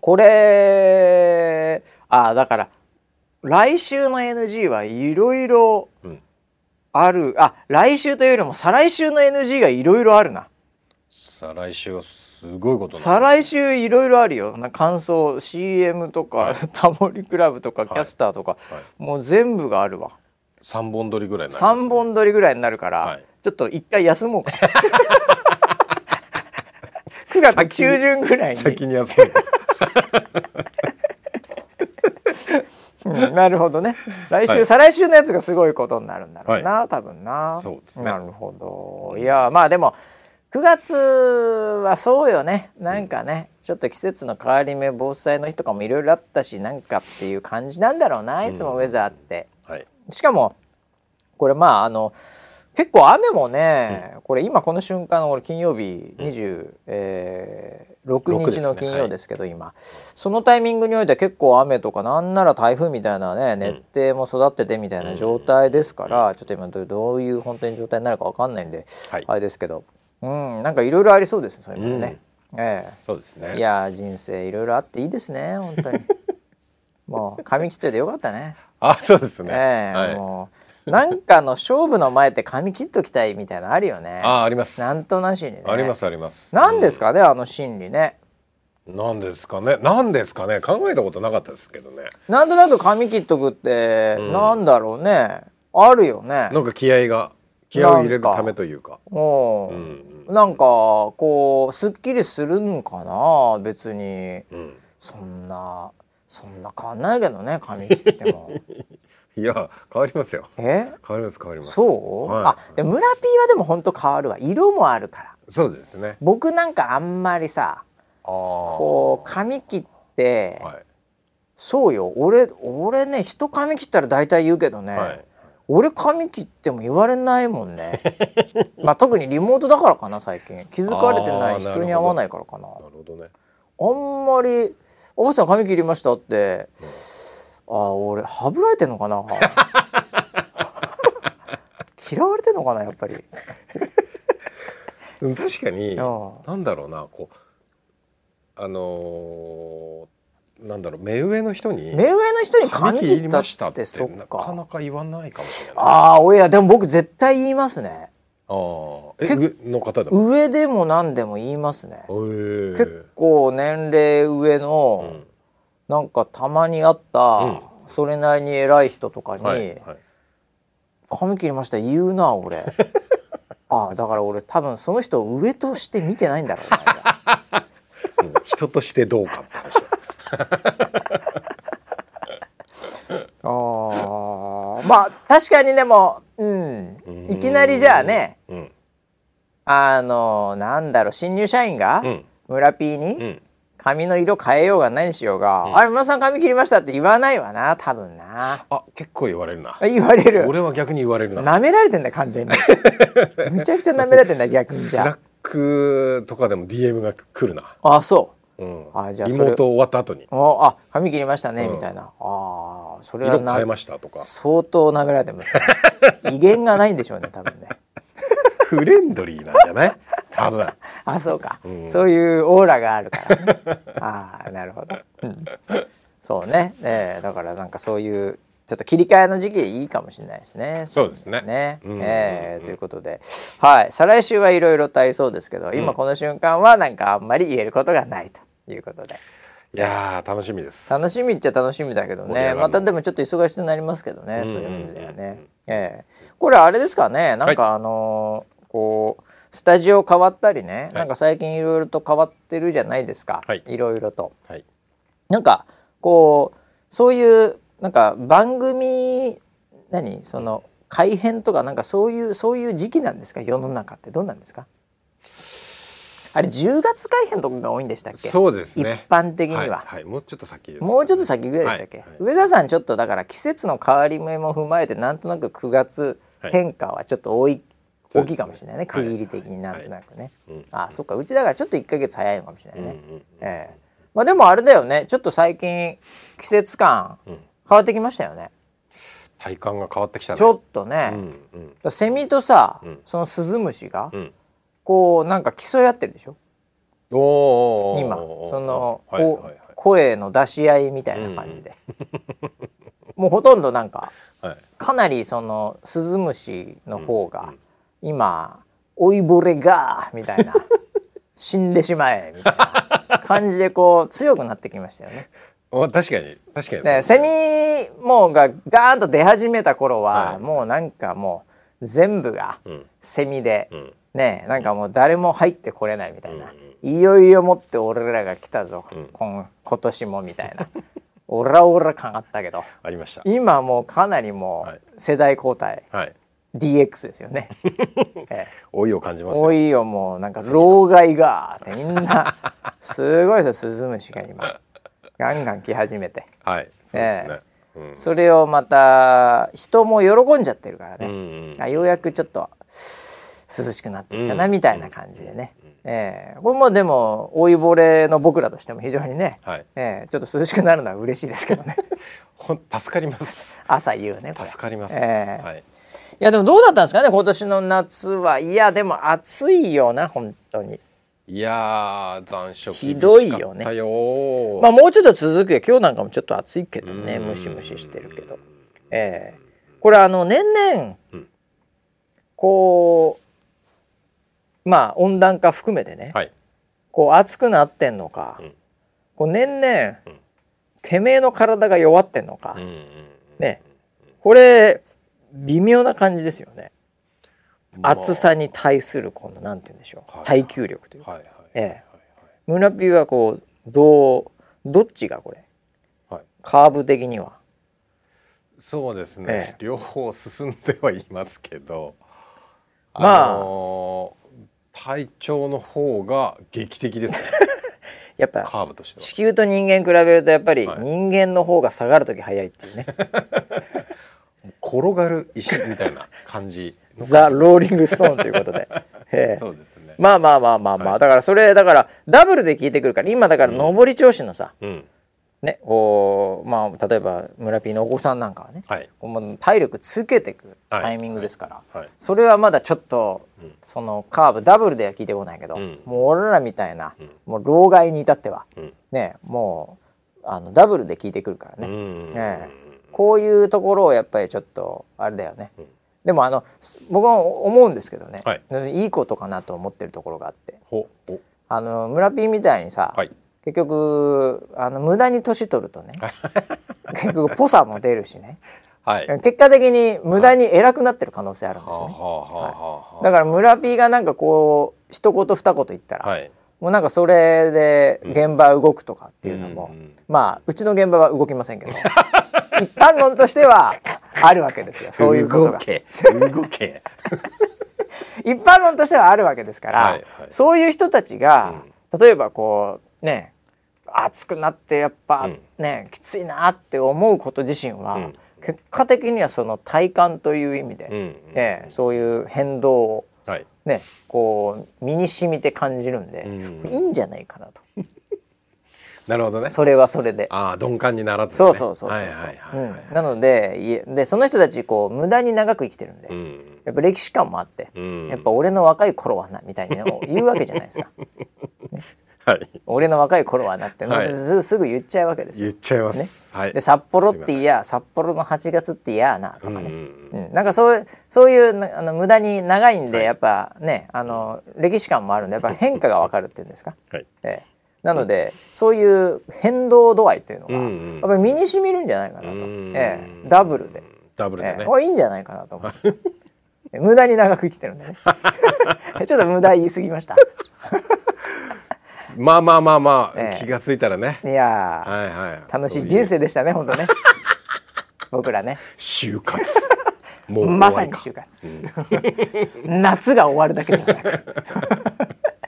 A: これああだから来週の NG はいろいろ
B: うん
A: あるあ来週というよりも再来週の NG がいろいろあるな
B: さあ来週はすごいことにな
A: 再
B: る
A: 来週いろいろあるよな感想 CM とか、 [LAUGHS] タモリクラブとかキャスターとか、
B: はい
A: もう全部があるわ
B: 三本撮りぐらいになります、ね、
A: 3本撮りぐらいになるから、
B: はい
A: ちょっと一回休もう
B: [LAUGHS]
A: か [LAUGHS] 9月中旬ぐらいに
B: 先に休む
A: うんなるほどね来週、
B: はい
A: 再来週のやつがすごいことになるんだろうな、多分な
B: そうですね
A: なるほどいやまあでも9月はそうよねなんかね、ちょっと季節の変わり目防災の日とかもいろいろあったしなんかっていう感じなんだろうないつもウェザーって、
B: はい
A: しかもこれまああの結構雨もね、これ今この瞬間のこれ金曜日26、えー6日の金曜ですけど、今そのタイミングにおいては結構雨とかなんなら台風みたいなね熱帯も育っててみたいな状態ですから、ちょっと今どどういう本当に状態になるかわかんないんで、
B: はい
A: あれですけどうんなんかいろいろありそうですねそういうのね。ええ
B: そうですね
A: いやー人生いろいろあっていいですね本 [LAUGHS] 当にもう髪切っといてよかったね。
B: あそうですね、
A: ええ
B: はい
A: もうなんかの勝負の前って髪切っときたいみたいなのあるよね。
B: ああります
A: なんとなしにね。
B: ありますあります
A: なんですかね、あの心理ね。
B: なんですかねなんですかね考えたことなかったですけどね
A: なんとなく髪切っとくって、
B: うん
A: なんだろうね。あるよね。
B: なんか気合が気合を入れるためというか
A: おう
B: うん
A: なんかこうすっきりするんかな別に
B: うん
A: そんなそんな変わんないけどね髪切って
B: [LAUGHS]
A: も
B: いや変わりますよ
A: え
B: 変わります変わります
A: そう、
B: はい
A: あでも村ピーはでもほんと変わるわ色もあるから
B: そうですね
A: 僕なんかあんまりさ
B: ああ
A: こう髪切って、
B: はい
A: そうよ俺俺ね人髪切ったら大体言うけどね、
B: はい
A: 俺髪切っても言われないもん
B: [LAUGHS]
A: ねまあ特にリモートだからかな最近気づかれてない
B: あーなるほど
A: 人に会わないからかな
B: なるほどね
A: あんまり「おばさん髪切りました」って、ああ俺はぶられてんのか
B: [LAUGHS]
A: な嫌われてんのかなやっぱり
B: でも確かに
A: ああ
B: なんだろうなこうあのーなんだろう目上の人に
A: 目上の人に髪
B: 髪
A: 切
B: 切
A: っ
B: り
A: た
B: ました
A: っ
B: って
A: てそっ
B: なか
A: か
B: なか言わないかもしれないあ
A: ああおやでも僕絶対言いますね
B: あえ上の方でも
A: 上でも何でも言いますね
B: へえ
A: 結構年齢上
B: う
A: の、
B: ん
A: なんかたまに会った、
B: うん
A: それなりに偉い人とかに「
B: はいはい
A: 髪切りました言うな
B: [LAUGHS]
A: 俺」ああだから俺多分その人を上として見てないんだろう
B: [LAUGHS]
A: な俺は
B: うん人としてどうかって話
A: ああまあ確かにでも、うん
B: うん、
A: いきなりじゃあね
B: うん
A: あのなんだろう新入社員が
B: うん
A: 村 P に、
B: うん
A: 髪の色変えようが何しようが、
B: ん
A: あれ村さん髪切りましたって言わないわな多分な
B: あ結構言われるな
A: 言われる
B: 俺は逆に言われるな
A: 舐められてんだよ完全に
B: [LAUGHS]
A: めちゃくちゃ舐められてんだよ逆に
B: ス
A: じ
B: ラ
A: ゃ
B: ックとかでも DM が来るな
A: ああそ
B: うん
A: あじゃあそれ
B: 妹終わった後
A: う
B: に
A: おあ髪切りましたね、
B: うん
A: みたいなあーそれは
B: 色
A: な
B: 変えましたとか
A: 相当舐められてます、ね、威厳がないんでしょうね多分ね
B: フレンドリーなんじゃない多分
A: あそうか、
B: うん
A: そういうオーラがあるからね
B: [LAUGHS]
A: ああなるほど、うんそうね、ええだからなんかそういうちょっと切り替えの時期でいいかもしれないですね
B: そうですね
A: ね、
B: うんうんうん
A: ええということではい再来週はいろいろとありそうですけど、今この瞬間はなんかあんまり言えることがないということで
B: いやー楽しみです
A: 楽しみっちゃ楽しみだけど
B: 盛り上が
A: ね
B: るの
A: またでもちょっと忙しくなりますけどね、
B: ん
A: そういう意味では
B: うんうんう
A: ね、ええこれあれですかねなんかあのーこうスタジオ変わったりね、なんか最近いろいろと変わってるじゃないですか、
B: はい
A: いろいろと。
B: はい
A: なんかこうそういうなんか番組何その改編とかなんかそういうそういう時期なんですか世の中ってどうなんですかあれ10月改編とかが多いんでしたっけ
B: そうですね
A: 一般的には、
B: いはい、もうちょっと先です
A: もうちょっと先ぐらいでしたっけ、
B: はいはい
A: 上田さんちょっとだから季節の変わり目も踏まえてなんとなく9月
B: はい
A: 変化はちょっと多い、
B: そ
A: 大
B: う
A: き
B: ですね
A: いかもしれないね区切り的になんとなくね、
B: はいはい
A: あそっかうちだからちょっと1か月早いのかもしれないうね、
B: んうん
A: ええまあでもあれだよねちょっと最近季節感変わってきましたよね、
B: 体感が変わってきたね
A: ちょっとね、
B: う
A: だか
B: んうん
A: らセミとさ、
B: うん
A: そのスズムシが、
B: うん
A: こうなんか競い合ってるでしょ
B: おーおー
A: 今
B: おーおー
A: その、
B: はいはい
A: こ
B: はいう
A: 声の出し合いみたいな感じで、 [LAUGHS] もうほとんどなんか
B: はい
A: かなりそのスズムシの方
B: うんう
A: が
B: ん
A: 今「老いぼれが」みたい
B: [LAUGHS]
A: な「死んでしまえ」みたいな感じでこう強くなってきましたよ
B: [LAUGHS]
A: ね。
B: お確かに確かに
A: ねセミもうがガーンと出始めた頃は、
B: はい
A: もうなんかもう全部が
B: うん
A: セミで、
B: うん
A: ねなんかもう誰も入ってこれないみたいな、
B: うん
A: いよいよもって俺らが来たぞ、
B: うん
A: 今今年もみたいなオラオラ感あったけど
B: ありました
A: 今もうかなりも
B: はいう
A: 世代交代、
B: はい
A: DX ですよ
B: [LAUGHS]
A: ね。ええ
B: 老いを感じますよ
A: 多いよもうなんか老害がってみんなすごいですよスズムシが今ガンガン来始めて
B: はいそうですねうん
A: それをまた人も喜んじゃってるから
B: う
A: ね、
B: んうん
A: あようやくちょっと涼しくなってきたなみたいな感じでね、ええこれもでも老いぼれの僕らとしても非常にね、
B: はい
A: ええちょっと涼しくなるのは嬉しいですけど
B: [LAUGHS]
A: ね
B: ほん助かり
A: [LAUGHS]
B: ます
A: 朝言うねこれ
B: 助かります
A: ええ
B: はい
A: いやでもどうだったんですかね今年の夏はいやでも暑いよな本当に
B: いやー残暑
A: ひどいよね
B: 厳しかったよー
A: まあもうちょっと続くよ今日なんかもちょっと暑いけどね
B: うん
A: ムシムシしてるけどええこれあの年々
B: うん
A: こうまあ温暖化含めてね、
B: はい
A: こう暑くなってんのか、
B: うん
A: こう年々、
B: うん
A: てめえの体が弱ってんのか、
B: うんうん
A: ねこれ微妙な感じですよね、
B: まあ
A: 暑さに対するこのなんて言うんでしょう、
B: はい
A: 耐久力というか、
B: はいはい
A: ええ
B: はい
A: 村ピーはこうどうどっちがこれ
B: はい
A: カーブ的には
B: そうですね、
A: ええ
B: 両方進んではいますけど、
A: まあ
B: のー体調の方が劇
A: [LAUGHS]
B: 的ですね
A: やっぱ
B: カーブとしては
A: 地球と人間比べるとやっぱり
B: はい
A: 人間の方が下がる時早いって
B: [LAUGHS]
A: いうね、
B: 転がる石みたいな感じ
A: ザ・ローリング・ストーンということ
B: [LAUGHS]
A: で。ええ
B: そうですね、
A: まあまあまあまあまあ、だからそれだからダブルで聞いてくるから今だから上り調子のさ、
B: うん
A: ねこうまあ例えば村ピーのお子さんなんかはね、
B: はい
A: こうもう体力つけてく
B: はい
A: タイミングですから、
B: はい
A: それはまだちょっと、
B: うん
A: そのカーブダブルでは聞いてこないけど、
B: うん
A: もう俺らみたいな、
B: うん
A: もう老害に至っては
B: うん
A: ねもうあのダブルで聞いてくるからね、
B: うん、
A: えこういうところをやっぱりちょっとあれだよね、
B: うん
A: でもあのす僕は思うんですけどね、いいことかなと思ってるところがあって。
B: ほお
A: あの村ピーみたいにさ、
B: はい
A: 結局あの無駄に年取るとね結局ぽさも出るしね
B: [LAUGHS] はい
A: 結果的に無駄に偉くなってる可能性あるんですね、だ
B: は
A: から村ピーがなんかこう一言二言言ったら、
B: あはい
A: もうなんかそれで現場動くとかっていうのも、
B: うんうん
A: まあうちの現場は動きませんけど [LAUGHS] 一般論としてはあるわけですよそういうこと
B: 動
A: が。
B: け動
A: [LAUGHS]
B: け
A: 一般論としてはあるわけですから、
B: はいはい
A: そういう人たちが、例えばこうね暑くなってやっぱ、
B: うん
A: ねきついなって思うこと自身は、
B: うん
A: 結果的にはその体感という意味で、
B: うんうん
A: ね、そういう変動を
B: はい
A: ねこう身に染みて感じるんで、
B: うん
A: いいんじゃないかなと
B: なるほどね
A: それはそれで。
B: ああ鈍感にならず、ね、
A: そうそうそうそう
B: はいはい
A: そ
B: は
A: う
B: い、
A: う
B: はい
A: んなのでいえでその人たちこう無駄に長く生きてるんで、
B: うん
A: やっぱ歴史観もあって、
B: うん
A: やっぱ俺の若い頃はなみたいに言うわけじゃないですか。
B: はい
A: 俺の若い頃はなって、
B: はい
A: すすぐ言っちゃうわけです
B: 言
A: よ。
B: っちゃいます、はい
A: で札幌っていや札幌の8月っていやなとか
B: うん
A: ね、
B: うん
A: うんなんかそうそういうなあの無駄に長いんで、
B: はい
A: やっぱねあの歴史観もあるんでやっぱ変化がわかるっていうんですか、
B: はい
A: ええなのでそういう変動度合いっていうのが、
B: うんうん
A: やっぱり身にしみるんじゃないかなと、
B: うん
A: ええダブルで、
B: ダブルで
A: ええ
B: ね、
A: これいいんじゃないかなと思うんです [LAUGHS] よえ無駄に長く生きてるんでね [LAUGHS] ちょっと無駄言い過ぎました
B: まあまあまあまあ、
A: ええ
B: 気がついたらね
A: いやー
B: はいはい
A: 楽し
B: そう
A: い人生でしたね本
B: [LAUGHS]
A: 当ね僕らね
B: 就活
A: [LAUGHS]
B: もう終わ
A: ま
B: り
A: さに
B: か
A: 就活、 [LAUGHS] 夏が終わるだけではなく [LAUGHS]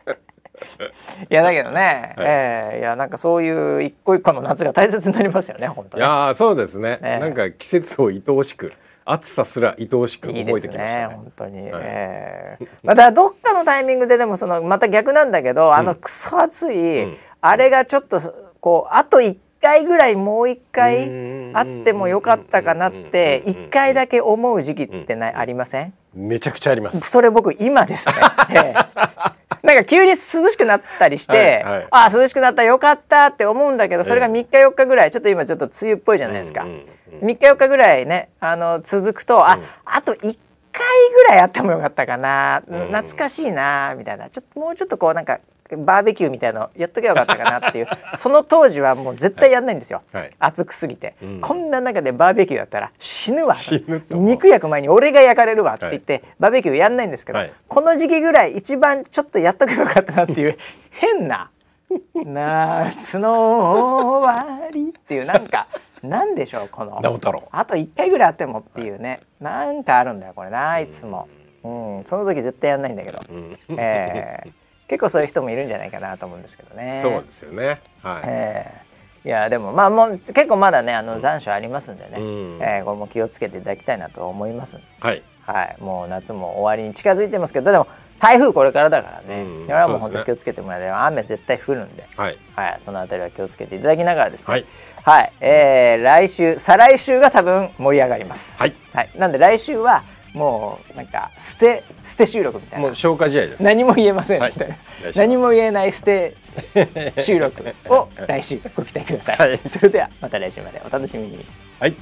A: いやだけどね、
B: はい
A: えーいやなんかそういう一個一個の夏が大切になりますよね本当
B: い
A: に
B: やーそうですね、
A: ええ
B: なんか季節を愛おしく暑さすら愛おしく
A: いい
B: 覚
A: で
B: え
A: す
B: てきました
A: ね
B: ね
A: 本当に、
B: はい
A: えーまあだからどっかのタイミングででもそのまた逆なんだけど、あのクソ暑い、
B: うん
A: あれがちょっとこうあと一回ぐらいもう一
B: う
A: 回
B: ん
A: あってもよかったかなって一回だけ思う時期ってないありません
B: めちゃくちゃあります。
A: それ僕今
B: [LAUGHS]
A: ですね。ええなんか急に涼しくなったりして、
B: はいはい
A: ああ涼しくなったよかったって思うんだけどそれが3日4日ぐらいちょっと今ちょっと梅雨っぽいじゃないですか、
B: うんうん
A: 3日4日ぐらいねあの続くとあ、あと1回ぐらいあってもよかったかな、懐かしいなみたいなちょっともうちょっとこうなんかバーベキューみたいなのやっとけばよかったかなっていうその当時はもう絶対やんないんですよ、
B: はい
A: 暑くすぎて、
B: ん
A: こんな中でバーベキューやったら死ぬわ
B: 死ぬと思う
A: 肉焼く前に俺が焼かれるわって言って、バーベキューやんないんですけど、
B: はい
A: この時期ぐらい一番ちょっとやっとけばよかったなっていう
B: [LAUGHS]
A: 変な「夏の終わり」っていうなんかなんでしょうこの
B: 直太朗
A: あと1回ぐらいあってもっていうね、なんかあるんだよこれないつも、うん、その時絶対やんないんだけど、えー結構そういう人もいるんじゃないかなと思うんですけどね。
B: そうですよね。は
A: えーいやでもまあもう結構まだねあの残暑ありますんでね、
B: うん
A: えーこれも気をつけていただきたいなと思いますんで
B: い。はい。
A: はい、もう夏も終わりに近づいてますけどでも台風これからだからね、
B: うん
A: これはもう
B: そ
A: 本
B: うです
A: 当気を
B: ね
A: つけてもらえれば雨絶対降るんで、
B: はい。
A: はい、そのあたりは気をつけていただきながらですね
B: はい、
A: はいえー来週再来週が多分盛り上がります、
B: はい
A: なんで来週はもうなんか捨て捨て収録みたい
B: も
A: な
B: う消化試合です。
A: 何も言えません
B: はい
A: みたいな、
B: 来週は
A: 何も言えないス
B: [LAUGHS]
A: テ収録を来週ご期待ください、
B: はい
A: それではまた来週までお楽しみに
B: はい。